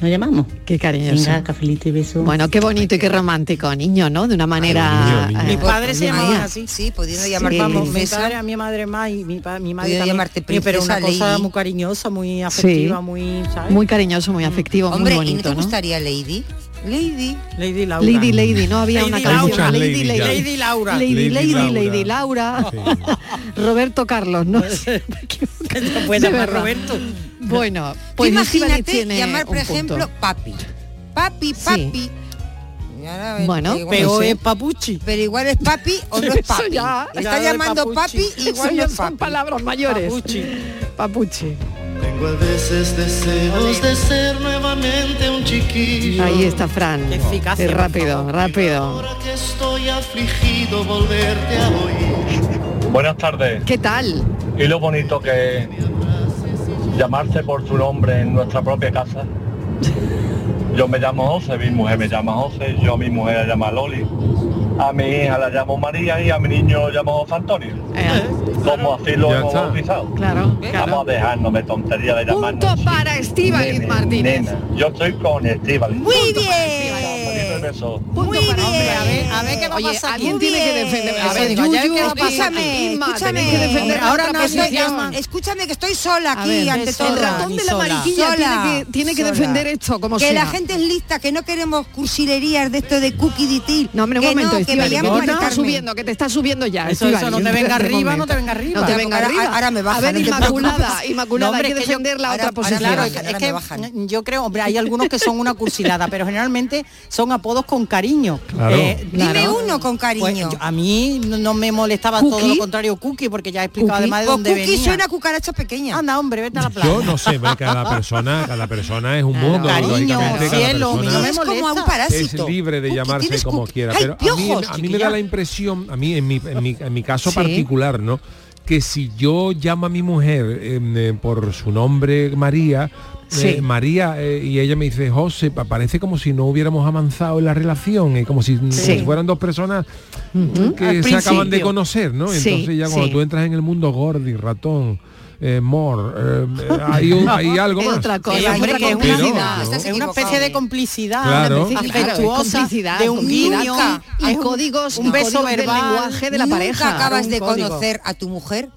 Speaker 19: nos llamamos.
Speaker 2: Qué cariñoso.
Speaker 19: Venga, cafelito y beso.
Speaker 2: Bueno, qué bonito y qué romántico, niño, ¿no? De una manera.
Speaker 19: niño, niño. Mi
Speaker 2: eh,
Speaker 7: padre se
Speaker 2: María.
Speaker 7: llamaba así.
Speaker 8: Sí, pudiendo
Speaker 2: llamar
Speaker 7: mi
Speaker 2: princesa.
Speaker 7: padre, a mi madre más y mi, pa- mi madre
Speaker 8: Pudiendo
Speaker 7: también.
Speaker 8: llamarte
Speaker 7: Oye, Pero una
Speaker 8: princesa,
Speaker 7: cosa
Speaker 8: Lady.
Speaker 7: muy cariñosa, muy afectiva,
Speaker 2: Sí.
Speaker 7: muy, ¿sabes?
Speaker 2: Muy cariñoso, muy afectivo,
Speaker 7: Hombre, ¿y
Speaker 2: muy
Speaker 7: no te
Speaker 2: bonito, ¿no?
Speaker 8: gustaría Lady? Lady.
Speaker 7: Lady Laura.
Speaker 2: Lady Lady, no había
Speaker 7: Lady
Speaker 2: una
Speaker 7: Laura.
Speaker 2: canción.
Speaker 7: Hay muchas
Speaker 2: Lady,
Speaker 7: Lady
Speaker 2: Lady,
Speaker 7: ya. Lady Laura.
Speaker 2: Lady
Speaker 7: Lady
Speaker 2: Lady,
Speaker 7: Laura.
Speaker 2: Lady Laura. Roberto Carlos, no sé.
Speaker 7: Te puedes
Speaker 2: De
Speaker 7: llamar
Speaker 2: verdad.
Speaker 7: Roberto.
Speaker 2: Bueno,
Speaker 8: Tú
Speaker 2: pues Estíbaliz
Speaker 8: imagínate
Speaker 2: tiene
Speaker 8: llamar, por
Speaker 2: un punto.
Speaker 8: ejemplo, papi. Papi, papi. Y ahora ven
Speaker 2: Bueno,
Speaker 8: que igual
Speaker 2: pero
Speaker 8: no sé.
Speaker 2: es
Speaker 7: papuchi.
Speaker 8: Pero igual es papi o no es
Speaker 2: Eso
Speaker 8: papi.
Speaker 2: ya. Ya,
Speaker 8: Está llamando
Speaker 2: papuchi.
Speaker 8: papi y
Speaker 2: Eso
Speaker 8: igual no
Speaker 2: ya
Speaker 8: es
Speaker 2: son
Speaker 8: papi.
Speaker 2: palabras mayores.
Speaker 7: Papuchi.
Speaker 2: Papuchi.
Speaker 20: Tengo a veces deseos de ser nuevamente un chiquillo.
Speaker 2: Ahí está Fran.
Speaker 20: Qué eficacia,
Speaker 2: Es
Speaker 20: por
Speaker 2: rápido, rápido.
Speaker 20: Ahora que estoy afligido volverte a oír.
Speaker 21: Buenas tardes.
Speaker 2: ¿Qué tal?
Speaker 21: Y lo bonito que es llamarse por su nombre en nuestra propia casa. Yo me llamo José, mi mujer me llama José, yo a mi mujer la llama Loli. A mi hija la llamo María y a mi niño lo llamo José Antonio. Como así lo hemos bautizado.
Speaker 2: Eh, Claro,
Speaker 21: Vamos a dejarnos de tontería de llamarnos.
Speaker 2: Punto para Estíbaliz Martínez.
Speaker 21: Nena, yo estoy con Estival.
Speaker 2: Muy
Speaker 21: bien.
Speaker 2: Muy bien. A ver,
Speaker 7: a ver qué va a
Speaker 2: Oye,
Speaker 7: pasar aquí.
Speaker 2: Alguien tiene que
Speaker 7: Muy bien.
Speaker 2: defender.
Speaker 7: A ver, digo, ayer que estoy-
Speaker 8: escúchame,
Speaker 7: Inma,
Speaker 8: escúchame.
Speaker 7: tenéis que defender
Speaker 8: ahora
Speaker 7: vuestra
Speaker 8: no estoy,
Speaker 7: posición.
Speaker 8: llama- escúchame que estoy sola
Speaker 2: A
Speaker 8: aquí
Speaker 2: ver,
Speaker 8: ante
Speaker 2: el
Speaker 8: todo.
Speaker 2: ratón de la mariquilla tiene que- tiene que defender esto, como
Speaker 8: que
Speaker 2: sea.
Speaker 8: la gente es lista, que no queremos cursilerías de esto de cookie ditil.
Speaker 2: No, hombre, un
Speaker 8: que
Speaker 2: momento,
Speaker 8: no, que me
Speaker 2: Estíbaliz,
Speaker 8: llamo
Speaker 2: que te
Speaker 8: Mari
Speaker 2: está
Speaker 8: Carmen.
Speaker 2: subiendo, que te está subiendo ya.
Speaker 7: Eso, eso,
Speaker 2: Estíbaliz,
Speaker 7: no te venga
Speaker 2: espérate un
Speaker 7: arriba, no
Speaker 2: momento.
Speaker 7: te venga arriba.
Speaker 2: No te venga
Speaker 7: Ahora-
Speaker 2: arriba.
Speaker 7: ahora me bajan,
Speaker 2: A ver,
Speaker 7: no te
Speaker 2: Inmaculada,
Speaker 7: preocupes.
Speaker 2: Inmaculada,
Speaker 7: No, hombre,
Speaker 2: hay que
Speaker 7: es que yo-
Speaker 2: defender la otra
Speaker 7: ahora- ahora-
Speaker 2: posición.
Speaker 7: claro, es que- es que yo creo, hombre, hay algunos que son una cursilada, pero generalmente son apodos con cariño. Eh,
Speaker 8: Claro. Dime uno con cariño.
Speaker 7: Pues, yo- a mí no, no me molestaba todo
Speaker 8: ¿Cookie?
Speaker 7: lo contrario Cookie, porque ya he explicado además de
Speaker 8: O
Speaker 7: dónde
Speaker 8: cookie
Speaker 7: venía.
Speaker 8: suena a cucaracha pequeña.
Speaker 7: Anda, hombre, vete a la playa.
Speaker 6: Yo no sé, cada persona, cada persona es un mundo.
Speaker 7: Cariño,
Speaker 6: lógicamente, cada
Speaker 7: cielo,
Speaker 6: persona-
Speaker 7: no me Es como molesta. a un parásito.
Speaker 6: Es libre de llamarse como quiera.
Speaker 7: ¡Ay,
Speaker 6: Pero a mí,
Speaker 7: piojos,
Speaker 6: a mí me da
Speaker 7: chiquilla!
Speaker 6: la impresión, a mí en mi, en mi, en mi caso
Speaker 22: Sí.
Speaker 6: particular, ¿no? Que si yo llamo a mi mujer eh, eh, por su nombre María, eh,
Speaker 22: Sí.
Speaker 6: María, eh, y ella me dice, José, pa- parece como si no hubiéramos avanzado en la relación, eh, como, si, como si
Speaker 22: Sí.
Speaker 6: fueran dos personas
Speaker 22: Al
Speaker 6: que se acaban de
Speaker 22: principio.
Speaker 6: conocer, ¿no?
Speaker 22: Sí,
Speaker 6: Entonces ya cuando
Speaker 22: sí.
Speaker 6: tú entras en el mundo gordi, ratón, eh, mor, eh, eh, hay, un- hay algo más.
Speaker 7: Sí, hombre, que es una,
Speaker 6: Pero,
Speaker 7: amistad,
Speaker 6: ¿no?
Speaker 7: es una especie de complicidad
Speaker 6: Claro.
Speaker 7: afectuosa
Speaker 2: Complicidad,
Speaker 7: de un
Speaker 2: complicidad,
Speaker 7: niño
Speaker 2: ca- y
Speaker 7: hay
Speaker 2: códigos-
Speaker 7: un beso
Speaker 2: códigos del
Speaker 7: verbal
Speaker 2: lenguaje de la
Speaker 8: Nunca
Speaker 2: pareja.
Speaker 8: acabas
Speaker 2: Un
Speaker 8: de
Speaker 2: código.
Speaker 8: conocer a tu mujer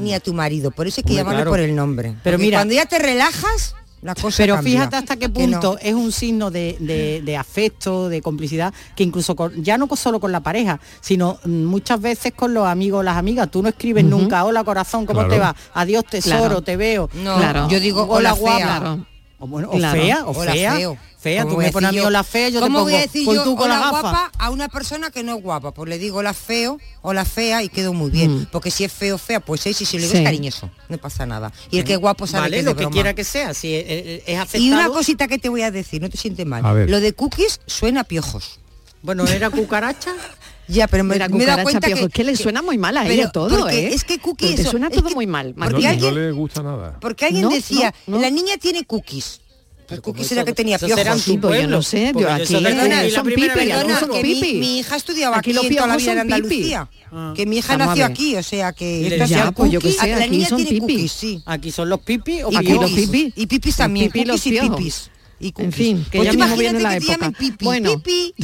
Speaker 8: ni a tu marido. Por eso hay que
Speaker 7: Hombre,
Speaker 8: llamarlo
Speaker 7: claro.
Speaker 8: por el nombre.
Speaker 7: Pero
Speaker 8: Porque
Speaker 7: mira-
Speaker 8: cuando ya te relajas, la cosa
Speaker 7: Pero
Speaker 8: cambia.
Speaker 7: fíjate hasta qué
Speaker 8: Que no.
Speaker 7: punto es un signo de, de- de afecto, de complicidad, que incluso con- ya no con- solo con la pareja, sino mm, muchas veces con los amigos, las amigas. Tú no escribes nunca, hola corazón, ¿cómo
Speaker 8: Claro.
Speaker 7: te va? Adiós tesoro,
Speaker 8: Claro.
Speaker 7: te veo.
Speaker 8: No, Claro. yo digo, "Hola, fea". Claro.
Speaker 7: O, bueno, o
Speaker 8: Claro.
Speaker 7: fea, o
Speaker 8: Hola,
Speaker 7: fea.
Speaker 8: feo.
Speaker 7: Fea,
Speaker 8: ¿Cómo
Speaker 7: tú
Speaker 8: voy a
Speaker 7: me pones a mí
Speaker 8: decir yo-
Speaker 7: hola fea, yo te
Speaker 8: ¿Cómo
Speaker 7: pongo
Speaker 8: voy a decir
Speaker 7: pon
Speaker 8: yo
Speaker 7: tú con la
Speaker 8: hola
Speaker 7: gafa.
Speaker 8: guapa a una persona que no es guapa? Pues le digo hola feo, hola fea y quedo muy bien. Porque si es feo, fea, pues es y si lo digo
Speaker 7: Mm. Sí.
Speaker 8: es cariñoso, no pasa nada. Y el que es guapo sabe
Speaker 7: Vale,
Speaker 8: que es de
Speaker 7: lo que
Speaker 8: broma.
Speaker 7: quiera que sea, si es, es- es afectado.
Speaker 8: Y una cosita que te voy a decir, no te sientes mal.
Speaker 7: A ver.
Speaker 8: Lo de cookies suena a piojos.
Speaker 7: Bueno, era cucaracha.
Speaker 8: ya, pero me,
Speaker 2: Era
Speaker 8: me he dado
Speaker 2: cucaracha,
Speaker 8: cuenta
Speaker 2: piojos,
Speaker 8: que,
Speaker 2: que le suena muy mal a
Speaker 8: pero
Speaker 2: ella todo,
Speaker 8: porque
Speaker 2: ¿eh?
Speaker 8: Es que cookies
Speaker 2: Pero te suena todo muy mal, Martínez.
Speaker 8: alguien-
Speaker 6: no le gusta nada.
Speaker 8: Porque alguien
Speaker 2: No,
Speaker 8: decía,
Speaker 2: no, no.
Speaker 8: la niña tiene cookies. Pues cookies era que tenía
Speaker 2: eso
Speaker 8: piojos.
Speaker 2: será en Sí, tu pues yo pueblo. no sé, yo aquí-
Speaker 8: Perdona,
Speaker 2: aquí son
Speaker 8: son pipi,
Speaker 2: pipi, aquí
Speaker 8: perdona,
Speaker 2: son
Speaker 8: que mi,
Speaker 2: pipi.
Speaker 8: mi hija estudiaba
Speaker 2: Aquí
Speaker 8: aquí,
Speaker 2: los
Speaker 8: en toda la
Speaker 2: piojos
Speaker 8: vida en
Speaker 2: son pipi.
Speaker 8: Andalucía.
Speaker 7: Ah.
Speaker 8: Que mi hija
Speaker 7: Vamos a
Speaker 8: nació
Speaker 7: ver.
Speaker 8: aquí, o sea que...
Speaker 7: Y le
Speaker 8: esto
Speaker 7: decía,
Speaker 8: sea
Speaker 7: pues yo qué
Speaker 8: cookies.
Speaker 7: sé,
Speaker 8: la
Speaker 7: aquí
Speaker 8: niña
Speaker 7: son
Speaker 8: tiene
Speaker 7: pipis.
Speaker 8: cookies, sí.
Speaker 7: Aquí son los pipis o
Speaker 8: Y
Speaker 7: cookies.
Speaker 8: los pipis. Y pipis
Speaker 7: Los
Speaker 8: también,
Speaker 7: pipis, los
Speaker 8: cookies y
Speaker 7: piojos.
Speaker 8: pipis. Y
Speaker 7: En
Speaker 8: cookies.
Speaker 7: fin, que
Speaker 8: Pues
Speaker 7: ya mismo viene
Speaker 8: imagínate
Speaker 7: la
Speaker 8: que te
Speaker 7: época.
Speaker 8: llamen pipi,
Speaker 7: Bueno.
Speaker 8: pipi.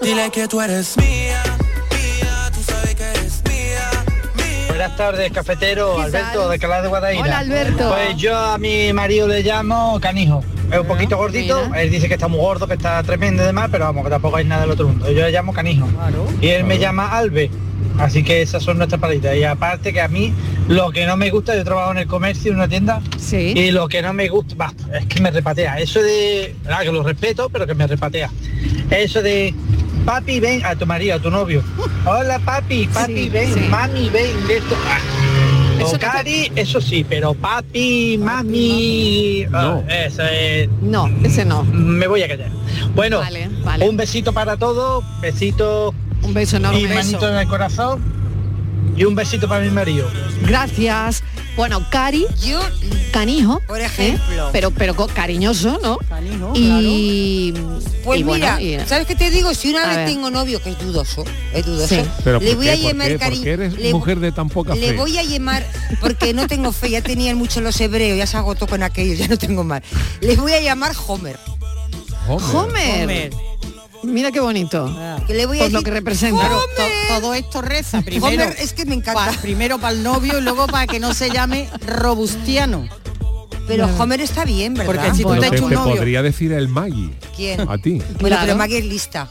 Speaker 23: Dile que tú eres mía, mía, tú sabes que eres mía, mía. Buenas tardes, cafetero, Alberto de Calá de Guadaira.
Speaker 2: Hola, Alberto.
Speaker 23: Pues yo a mi marido le llamo canijo. Es un poquito gordito, él dice que está muy gordo, que está tremendo y demás, pero vamos, que tampoco hay nada del otro mundo. Yo le llamo canijo. Y él me llama Albe. Así que esas son nuestras palitas. Y aparte que a mí lo que no me gusta, yo trabajo en el comercio, en una tienda, y lo que no me gusta, basta, es que me repatea. Eso de, claro, que lo respeto, pero que me repatea. Eso de, papi, ven a tu marido, a tu novio. Hola, papi, papi, ven, mami, ven, de esto. Ah.
Speaker 2: Eso no te-
Speaker 23: Cari, eso sí, pero papi, mami, ah, eso es-
Speaker 2: No, ese no.
Speaker 23: me voy a callar. Bueno,
Speaker 2: Vale, vale.
Speaker 23: un besito para todos, besito
Speaker 2: Un beso enorme.
Speaker 23: Y manito en el corazón. Y un besito para mi marido.
Speaker 2: Gracias. Bueno, Cari, canijo, por ejemplo, pero pero co- cariñoso, ¿no? y
Speaker 8: Pues
Speaker 2: y bueno,
Speaker 8: mira,
Speaker 2: y- eh,
Speaker 8: ¿sabes qué te digo? Si una
Speaker 2: A
Speaker 8: vez
Speaker 2: ver.
Speaker 8: tengo novio, que es dudoso, es dudoso,
Speaker 6: Sí. Pero
Speaker 8: le
Speaker 6: ¿por
Speaker 8: voy
Speaker 6: qué?
Speaker 8: a
Speaker 6: ¿Por qué?
Speaker 8: llamar
Speaker 6: ¿Por
Speaker 8: cariño.
Speaker 6: qué eres
Speaker 8: le-
Speaker 6: mujer de tan poca
Speaker 8: Le
Speaker 6: fe?
Speaker 8: voy a llamar, porque no tengo fe, ya tenían mucho los hebreos, ya se agotó con aquellos, ya no tengo más. Les voy a llamar Homer.
Speaker 2: Homer.
Speaker 8: Homer.
Speaker 2: Mira qué bonito.
Speaker 8: Que le voy a
Speaker 2: Por
Speaker 7: Pues
Speaker 2: lo
Speaker 8: decir,
Speaker 2: que representa.
Speaker 8: "Homer".
Speaker 7: To- todo esto reza primero.
Speaker 8: Homer, es que me encanta.
Speaker 7: pa- primero para el novio y luego para que no se llame robustiano.
Speaker 8: Pero Homer está bien, ¿verdad?
Speaker 7: Porque si tú
Speaker 6: Bueno,
Speaker 7: te
Speaker 6: te,
Speaker 7: echas un
Speaker 6: te
Speaker 7: novio.
Speaker 6: podría decir el Maggie.
Speaker 8: ¿Quién? Pues
Speaker 6: A ti.
Speaker 8: Bueno,
Speaker 6: Claro.
Speaker 8: pero Maggie es lista.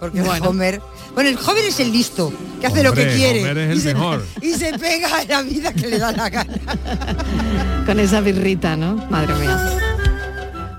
Speaker 8: Porque
Speaker 6: Bueno.
Speaker 8: Homer. Bueno, el Homer es el listo, que hace lo que
Speaker 6: Hombre,
Speaker 8: quiere.
Speaker 6: Homer es el
Speaker 8: y, se,
Speaker 6: mejor.
Speaker 8: y se pega a la vida que le da la gana.
Speaker 2: Con esa birrita, ¿no? Madre mía.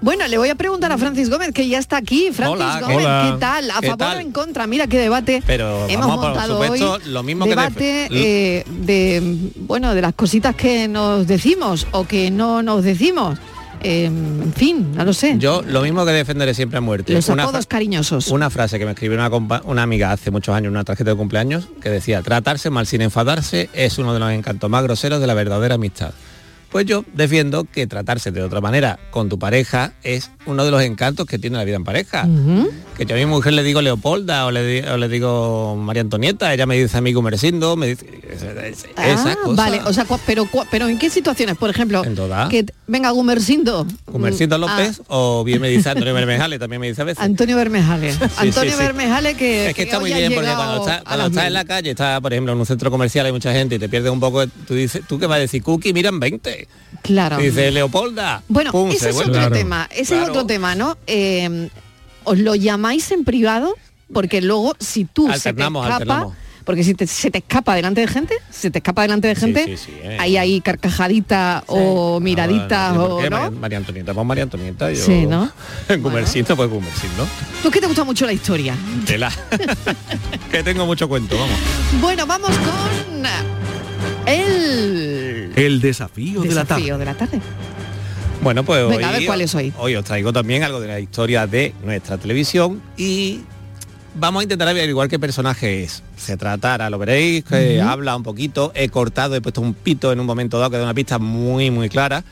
Speaker 2: Bueno, le voy a preguntar a Francis Gómez, que ya está aquí. Francis
Speaker 5: Hola,
Speaker 2: Gómez,
Speaker 5: hola.
Speaker 2: ¿qué tal? ¿A
Speaker 5: ¿Qué
Speaker 2: favor
Speaker 5: tal?
Speaker 2: o en contra? Mira qué debate
Speaker 5: Pero
Speaker 2: hemos
Speaker 5: vamos, por
Speaker 2: montado
Speaker 5: supuesto,
Speaker 2: hoy.
Speaker 5: lo mismo que
Speaker 2: debate,
Speaker 5: def- l-
Speaker 2: eh, de bueno, de las cositas que nos decimos o que no nos decimos. Eh, en fin, no lo sé.
Speaker 5: Yo lo mismo que defenderé siempre a muerte.
Speaker 2: Los
Speaker 5: Una
Speaker 2: apodos
Speaker 5: fra-
Speaker 2: cariñosos.
Speaker 5: Una frase que me escribió una, compa- una amiga hace muchos años en una tarjeta de cumpleaños que decía, tratarse mal sin enfadarse es uno de los encantos más groseros de la verdadera amistad. Pues yo defiendo que tratarse de otra manera con tu pareja es uno de los encantos que tiene la vida en pareja. Que yo a mi mujer le digo Leopolda o le, di- o le digo María Antonieta, ella me dice a mí Gumersindo, me dice... es- es-
Speaker 2: Ah,
Speaker 5: esas cosas.
Speaker 2: Vale, o sea, cua- pero cua- pero en qué situaciones, por ejemplo,
Speaker 5: En todas.
Speaker 2: que t- venga Gumersindo.
Speaker 5: Gumersindo
Speaker 2: Mm, ah,
Speaker 5: López o bien me dice Antonio Bermejale, también me dice a veces.
Speaker 2: Antonio Bermejales. Antonio
Speaker 5: sí.
Speaker 2: Bermejales que
Speaker 5: Es que está
Speaker 2: hoy
Speaker 5: muy
Speaker 2: ha
Speaker 5: bien, porque
Speaker 2: llegado
Speaker 5: cuando
Speaker 2: a
Speaker 5: estás
Speaker 2: las
Speaker 5: cuando estás en la calle, estás, por ejemplo, en un centro comercial, hay mucha gente y te pierdes un poco, tú dices, ¿tú qué vas a decir? Cookie, miran 20.
Speaker 2: Claro.
Speaker 5: Dice Leopolda.
Speaker 2: Bueno,
Speaker 5: Pum, se
Speaker 2: ese es otro
Speaker 5: vuelve.
Speaker 2: tema, ese es
Speaker 5: Claro. Ah,
Speaker 2: otro tema, ¿no? Eh, ¿Os lo llamáis en privado? Porque luego si tú se te
Speaker 5: Alternamos,
Speaker 2: escapa,
Speaker 5: alternamos.
Speaker 2: porque si te- se te escapa delante de gente, se te escapa delante de gente,
Speaker 5: sí, sí, eh.
Speaker 2: hay ahí carcajadita o miradita
Speaker 5: Ah, bueno, no
Speaker 2: o
Speaker 5: sé por qué,
Speaker 2: no.
Speaker 5: María, María Antonieta, pues María Antonieta. Yo,
Speaker 2: Sí, ¿no?
Speaker 5: Gumersindo, pues Gumersindo.
Speaker 2: Tú es que te gusta mucho la historia.
Speaker 5: Tela. que tengo mucho cuento, vamos.
Speaker 2: Bueno, vamos con el
Speaker 5: El desafío,
Speaker 2: desafío de la tarde.
Speaker 5: Bueno, pues
Speaker 2: Venga, a
Speaker 5: hoy,
Speaker 2: ver cuál es hoy.
Speaker 5: os traigo también algo de la historia de nuestra televisión y vamos a intentar averiguar qué personaje es. Se trata, ahora lo veréis, que
Speaker 9: Ujú.
Speaker 5: habla un poquito, he cortado, he puesto un pito en un momento dado que da una pista muy, muy clara,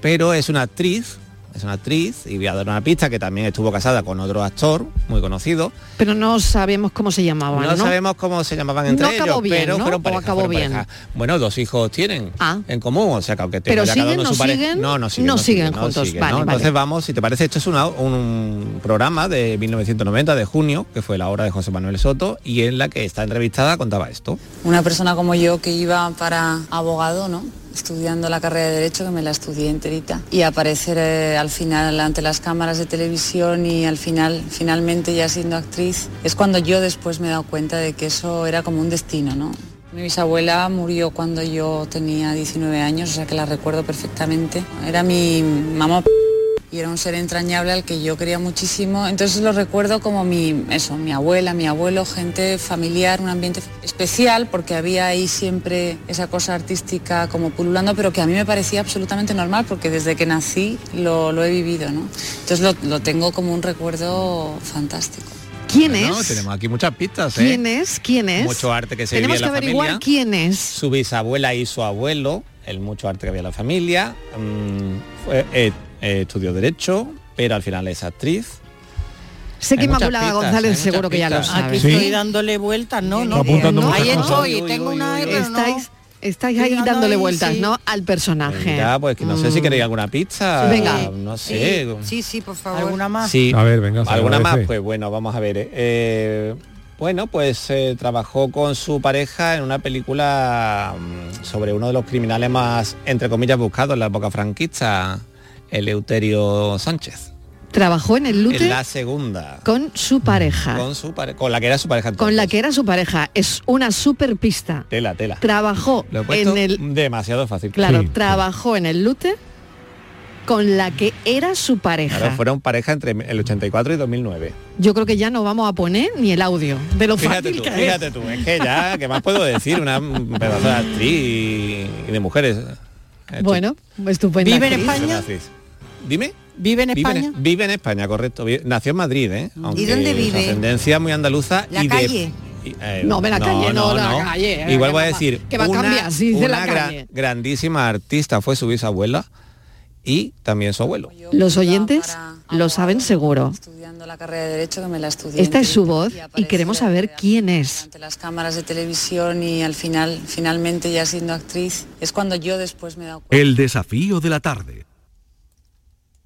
Speaker 5: pero es una actriz, es una actriz, y voy a dar una pista que también estuvo casada con otro actor muy conocido,
Speaker 2: Pero no sabemos cómo se llamaban,
Speaker 5: no,
Speaker 2: ¿no?
Speaker 5: sabemos cómo se llamaban entre
Speaker 2: No acabó
Speaker 5: ellos,
Speaker 2: bien,
Speaker 5: pero
Speaker 2: ¿no?
Speaker 5: fueron
Speaker 2: O
Speaker 5: pareja,
Speaker 2: acabó
Speaker 5: fueron
Speaker 2: bien.
Speaker 5: pareja. Bueno, dos hijos tienen
Speaker 2: Ah.
Speaker 5: en común, o sea que aunque
Speaker 2: Pero
Speaker 5: tenga ya cada
Speaker 2: siguen,
Speaker 5: uno
Speaker 2: no
Speaker 5: su pareja-
Speaker 2: siguen,
Speaker 5: no, no siguen,
Speaker 2: no
Speaker 5: no
Speaker 2: siguen
Speaker 5: no
Speaker 2: juntos,
Speaker 5: siguen,
Speaker 2: vale,
Speaker 5: ¿no?
Speaker 2: vale.
Speaker 5: Entonces vamos, si te parece, esto es una- un programa de 1990 de junio, que fue la obra de José Manuel Soto y en la que está entrevistada contaba esto.
Speaker 10: Una persona como yo que iba para abogado, ¿no? Estudiando la carrera de Derecho, que me la estudié enterita. Y aparecer eh, al final ante las cámaras de televisión y al final, finalmente ya siendo actriz, es cuando yo después me he dado cuenta de que eso era como un destino, ¿no? Mi bisabuela murió cuando yo tenía 19 años, o sea que la recuerdo perfectamente. Era mi mamá y era un ser entrañable al que yo quería muchísimo. Entonces lo recuerdo como mi, eso, mi abuela, mi abuelo, gente familiar, un ambiente especial porque había ahí siempre esa cosa artística como pululando, pero que a mí me parecía absolutamente normal porque desde que nací lo, lo he vivido, ¿no? Entonces lo, lo tengo como un recuerdo fantástico.
Speaker 2: ¿Quién
Speaker 5: Bueno,
Speaker 2: es?
Speaker 5: Tenemos aquí muchas pistas, ¿eh?
Speaker 2: ¿Quién es? ¿Quién es?
Speaker 5: Mucho arte que se
Speaker 2: Tenemos
Speaker 5: vivía
Speaker 2: que
Speaker 5: en la
Speaker 2: averiguar
Speaker 5: familia.
Speaker 2: quién es.
Speaker 5: Su bisabuela y su abuelo, el mucho arte que había en la familia, mm, fue, eh, eh, estudió Derecho, pero al final es actriz.
Speaker 2: Sé que
Speaker 5: Hay muchas
Speaker 2: Inmaculada
Speaker 5: pistas,
Speaker 2: González
Speaker 5: hay muchas
Speaker 2: seguro que ya lo
Speaker 5: pistas.
Speaker 2: sabe.
Speaker 5: Aquí Sí.
Speaker 7: Estoy dándole vueltas, no, no.
Speaker 5: apuntando
Speaker 7: no.
Speaker 5: muchas
Speaker 7: Ahí
Speaker 5: cosas.
Speaker 7: estoy, tengo una ahí, pero no.
Speaker 2: Estáis, estáis ahí
Speaker 7: Estoy dando
Speaker 2: dándole
Speaker 7: ahí,
Speaker 2: vueltas,
Speaker 7: sí.
Speaker 2: ¿no? Al personaje. Mm.
Speaker 5: Ya, pues que no sé si queréis alguna pista.
Speaker 2: Venga.
Speaker 5: No sé.
Speaker 8: Sí, sí, por favor.
Speaker 7: ¿Alguna
Speaker 2: Ah.
Speaker 7: más?
Speaker 5: Sí.
Speaker 6: A ver, venga, se
Speaker 5: ¿Alguna más?
Speaker 6: agradece.
Speaker 5: Pues bueno, vamos a ver. eh, eh, bueno, pues eh, trabajó con su pareja en una película mm, sobre uno de los criminales más, entre comillas, buscados en la época franquista, Eleuterio Sánchez.
Speaker 2: Trabajó en el
Speaker 5: En
Speaker 2: Lute
Speaker 5: la segunda.
Speaker 2: con su pareja, con,
Speaker 5: Con, su pare- con la que era su pareja. entonces.
Speaker 2: la que era su pareja. Es una super pista.
Speaker 5: Tela, tela.
Speaker 2: Trabajó
Speaker 5: Lo he puesto
Speaker 2: en el
Speaker 5: demasiado fácil.
Speaker 2: claro, trabajó en el Lute con la que era su pareja.
Speaker 5: Claro, fueron pareja entre el 84 y 2009.
Speaker 2: Yo creo que ya no vamos a poner ni el audio de lo
Speaker 5: Fíjate
Speaker 2: fácil
Speaker 5: tú,
Speaker 2: que
Speaker 5: fíjate
Speaker 2: es.
Speaker 5: tú, es que ya, ¿qué más puedo decir? Una pedazo de actriz y- y de mujeres.
Speaker 2: Bueno, pues estupendo.
Speaker 5: Actriz. ¿Dime?
Speaker 7: ¿Vive en
Speaker 5: Vive
Speaker 7: España?
Speaker 5: en, vive en España, correcto. Vive- nació en Madrid, ¿eh? Aunque
Speaker 7: dónde
Speaker 5: su
Speaker 7: vive?
Speaker 5: ascendencia muy andaluza
Speaker 7: ¿La
Speaker 5: y,
Speaker 7: calle?
Speaker 5: De, Y, eh,
Speaker 9: No, me la calle, no, la calle, eh,
Speaker 5: Igual
Speaker 9: que
Speaker 5: voy a
Speaker 9: va-
Speaker 5: decir,
Speaker 9: que va a cambiar, sí, dice
Speaker 5: una
Speaker 9: la
Speaker 5: gran-
Speaker 9: calle.
Speaker 5: grandísima artista fue su bisabuela y también su abuelo.
Speaker 9: Los oyentes lo saben seguro.
Speaker 10: la carrera de Derecho que me la estudié.
Speaker 9: Esta es su
Speaker 10: enterita.
Speaker 9: voz y queremos saber quién es.
Speaker 10: ante las cámaras de televisión y al final, finalmente ya siendo actriz, es cuando yo después me he dado
Speaker 11: El desafío de la tarde.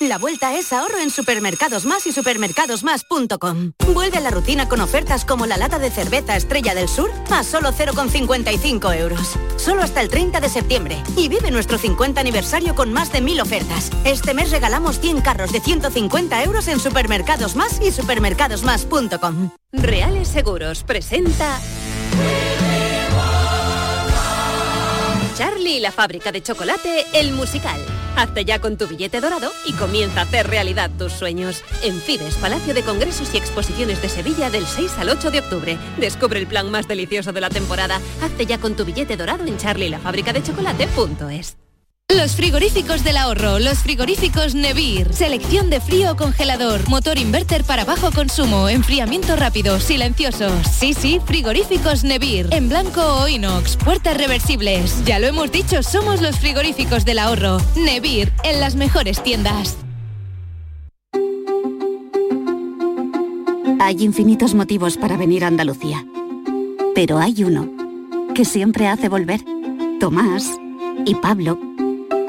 Speaker 12: La vuelta es ahorro en Supermercados Más y supermercadosmás.com. Vuelve a la rutina con ofertas como la lata de cerveza Estrella del Sur a solo 0,55 euros. Solo hasta el 30 de septiembre. Y vive nuestro 50 aniversario con más de 1.000 ofertas. Este mes regalamos 100 carros de 150 euros en Supermercados Más y supermercadosmás.com.
Speaker 24: Reales Seguros presenta Charlie y la fábrica de chocolate, el musical. Hazte ya con tu billete dorado y comienza a hacer realidad tus sueños. En Fides, Palacio de Congresos y Exposiciones de Sevilla del 6 al 8 de octubre. Descubre el plan más delicioso de la temporada. Hazte ya con tu billete dorado en charlielafabricadechocolate.es.
Speaker 25: Los frigoríficos del ahorro, los frigoríficos Nevir, selección de frío o congelador, motor inverter para bajo consumo, enfriamiento rápido, silenciosos. Sí, sí, frigoríficos Nevir, en blanco o inox, puertas reversibles. Ya lo hemos dicho, somos los frigoríficos del ahorro. Nevir, en las mejores tiendas.
Speaker 22: Hay infinitos motivos para venir a Andalucía, pero hay uno que siempre hace volver. Tomás y Pablo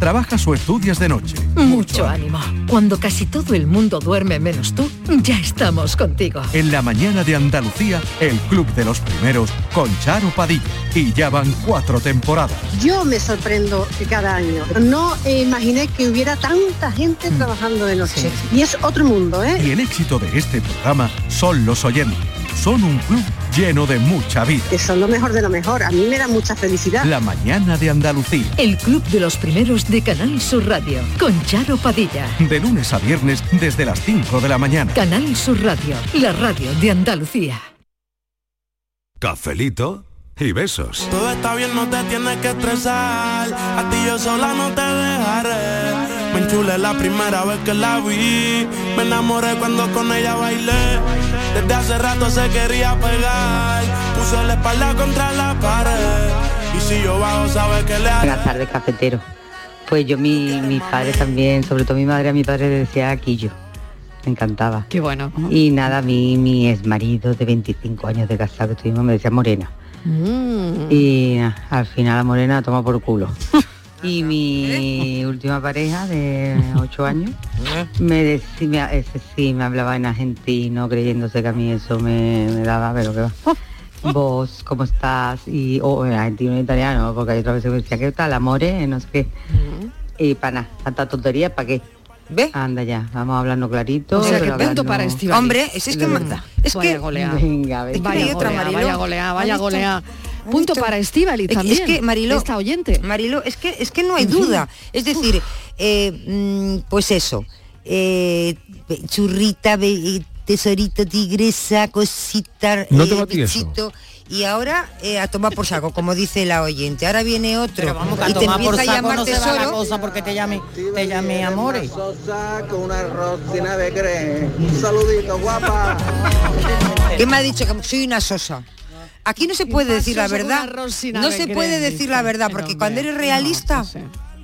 Speaker 11: trabajas o estudias de noche.
Speaker 2: Mucho ánimo. Cuando casi todo el mundo duerme menos tú, ya estamos contigo.
Speaker 11: En la mañana de Andalucía, el Club de los Primeros con Charo Padilla. Y ya van cuatro temporadas.
Speaker 26: Yo me sorprendo cada año. No imaginé que hubiera tanta gente trabajando de noche. Y es otro mundo, ¿eh?
Speaker 11: Y el éxito de este programa son los oyentes. Son un club lleno de mucha vida.
Speaker 26: Que son lo mejor de lo mejor. A mí me da mucha felicidad.
Speaker 11: La mañana de Andalucía.
Speaker 2: El club de los primeros de Canal Sur Radio con Charo Padilla.
Speaker 11: De lunes a viernes desde las 5 de la mañana.
Speaker 2: Canal Sur Radio, la radio de Andalucía.
Speaker 11: Cafelito y besos.
Speaker 20: Todo está bien, no te tienes que estresar. A ti yo sola no te dejaré. Me enchulé la primera vez que la vi. Me enamoré cuando con ella bailé. Desde hace rato se quería pegar. Puso la espalda contra la pared. Y si yo bajo, sabes que le haré.
Speaker 27: Buenas tardes, cafetero. Pues yo, mi, mis padres también, sobre todo mi madre, a mi padre le decía Quillo. Me encantaba.
Speaker 9: Qué bueno.
Speaker 27: Y nada, mi, mi ex marido de 25 años de casado que estuvimos me decía Morena.
Speaker 9: Mm.
Speaker 27: Y ah, al final la Morena toma por culo. Y mi última pareja de 8 años
Speaker 9: Eh.
Speaker 27: me decía, me- ese sí, me hablaba en argentino, creyéndose que a mí eso me, me daba, pero que va. Vos, ¿cómo estás? Y, o en argentino en italiano, porque hay otra vez que me decía, ¿qué tal, amore? No sé qué.
Speaker 2: Mm.
Speaker 27: Y para nada, tanta tontería, ¿para qué? ¿Ve? Anda ya, vamos hablando clarito.
Speaker 8: O sea, que punto
Speaker 9: para Estíbaliz.
Speaker 8: Hombre, es- es que ma-
Speaker 9: es que vaya golea.
Speaker 27: Venga, venga.
Speaker 9: Vaya golea, vaya golea, vaya golea. Punto para Estíbaliz también.
Speaker 8: Es que Marilo,
Speaker 9: Esta oyente.
Speaker 8: Marilo, es que es que no hay duda. Es decir, eh, mm, pues eso, eh, be- churrita, be- eh, tesorito, tigresa, cosita,
Speaker 28: No
Speaker 8: eh,
Speaker 28: te batí eso.
Speaker 8: bichito. Y ahora eh, a tomar por saco, como dice la oyente. Ahora viene otro
Speaker 7: vamos, que a
Speaker 8: y te
Speaker 7: tomar por
Speaker 8: empieza a
Speaker 7: saco
Speaker 8: llamar
Speaker 7: no se va la
Speaker 8: tesoro.
Speaker 7: cosa porque te llame, te llame amores.
Speaker 29: Con una rosina de creen. Un saludito, guapa.
Speaker 8: ¿Qué me ha dicho? Que soy una sosa. Aquí no se puede decir la
Speaker 2: pasos con
Speaker 8: verdad.
Speaker 2: arroz sin
Speaker 8: No se
Speaker 2: alecrén,
Speaker 8: puede
Speaker 2: dice.
Speaker 8: decir la verdad,
Speaker 2: Pero,
Speaker 8: porque
Speaker 2: hombre,
Speaker 8: cuando eres
Speaker 2: no,
Speaker 8: realista,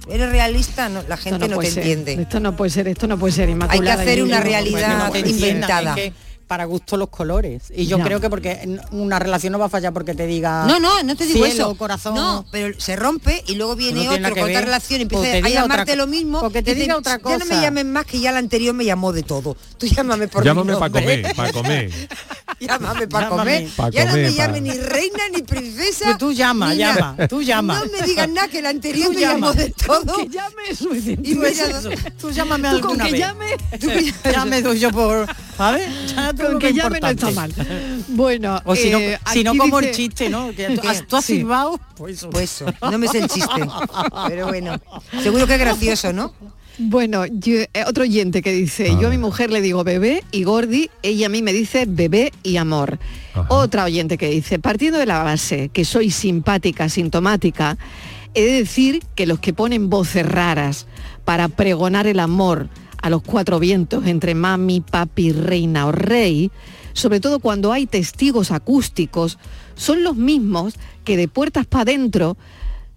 Speaker 8: eres realista, no, la gente no,
Speaker 2: puede
Speaker 8: te
Speaker 2: ser.
Speaker 8: entiende.
Speaker 2: Esto no puede ser, esto no puede ser
Speaker 8: Hay que
Speaker 2: Inmaculada,
Speaker 8: hacer
Speaker 2: yo
Speaker 8: una
Speaker 2: digo,
Speaker 8: realidad
Speaker 2: bueno, pues,
Speaker 8: inventada.
Speaker 7: es que para gusto los colores. Y yo
Speaker 8: Ya.
Speaker 7: creo que porque n- una relación no va a fallar porque te diga.
Speaker 8: No, no, no te digo
Speaker 7: cielo,
Speaker 8: eso.
Speaker 7: corazón.
Speaker 8: No, Ah. pero se rompe y luego
Speaker 7: No
Speaker 8: viene
Speaker 7: tiene nada
Speaker 8: otro
Speaker 7: que
Speaker 8: con otra
Speaker 7: ver.
Speaker 8: relación,
Speaker 7: O te
Speaker 8: empieza a
Speaker 7: diga
Speaker 8: llamarte
Speaker 7: otra
Speaker 8: lo
Speaker 7: co-
Speaker 8: mismo.
Speaker 7: porque te
Speaker 8: dicen,
Speaker 7: diga otra
Speaker 8: Ya no
Speaker 7: cosa".
Speaker 8: me llamen más que ya la anterior me llamó de todo. Tú llámame por mi
Speaker 6: Llámame para
Speaker 8: nombre.
Speaker 6: comer, para comer.
Speaker 8: Llámame para
Speaker 6: Llámame.
Speaker 8: comer.
Speaker 6: Pa'
Speaker 8: ya no
Speaker 6: comer,
Speaker 8: me
Speaker 6: pa'.
Speaker 8: llame ni reina ni princesa.
Speaker 7: tú llama,
Speaker 8: ni nada.
Speaker 7: llama, tú llama.
Speaker 8: No me digas nada que la anterior
Speaker 7: Tú
Speaker 8: me llamó
Speaker 7: llama.
Speaker 8: de todo.
Speaker 7: Que
Speaker 2: llame es suficiente.
Speaker 8: Y me
Speaker 7: Es
Speaker 8: llama-
Speaker 7: eso. Tú llámame
Speaker 2: Tú con
Speaker 7: alguna
Speaker 2: que
Speaker 7: vez.
Speaker 2: llame.
Speaker 7: Tú llame tú, yo por, ¿sabes? Ya tú
Speaker 2: Con
Speaker 7: lo
Speaker 2: que llame no está
Speaker 7: importante.
Speaker 2: mal. Bueno,
Speaker 7: O si no,
Speaker 2: eh,
Speaker 7: si no
Speaker 2: aquí
Speaker 7: como el
Speaker 2: dice-
Speaker 7: chiste, ¿no? Que tú, has- tú has
Speaker 2: Sí.
Speaker 7: silbado, pues eso.
Speaker 8: Pues eso, no me sé el chiste. Pero bueno, seguro que es gracioso, ¿no?
Speaker 2: Bueno, yo- eh, otro oyente que dice, yo a mi mujer le digo bebé y gordi, ella a mí me dice bebé y amor. Otra oyente que dice, partiendo de la base que soy simpática, sintomática, he de decir que los que ponen voces raras para pregonar el amor a los cuatro vientos entre mami, papi, reina o rey, sobre todo cuando hay testigos acústicos, son los mismos que de puertas para adentro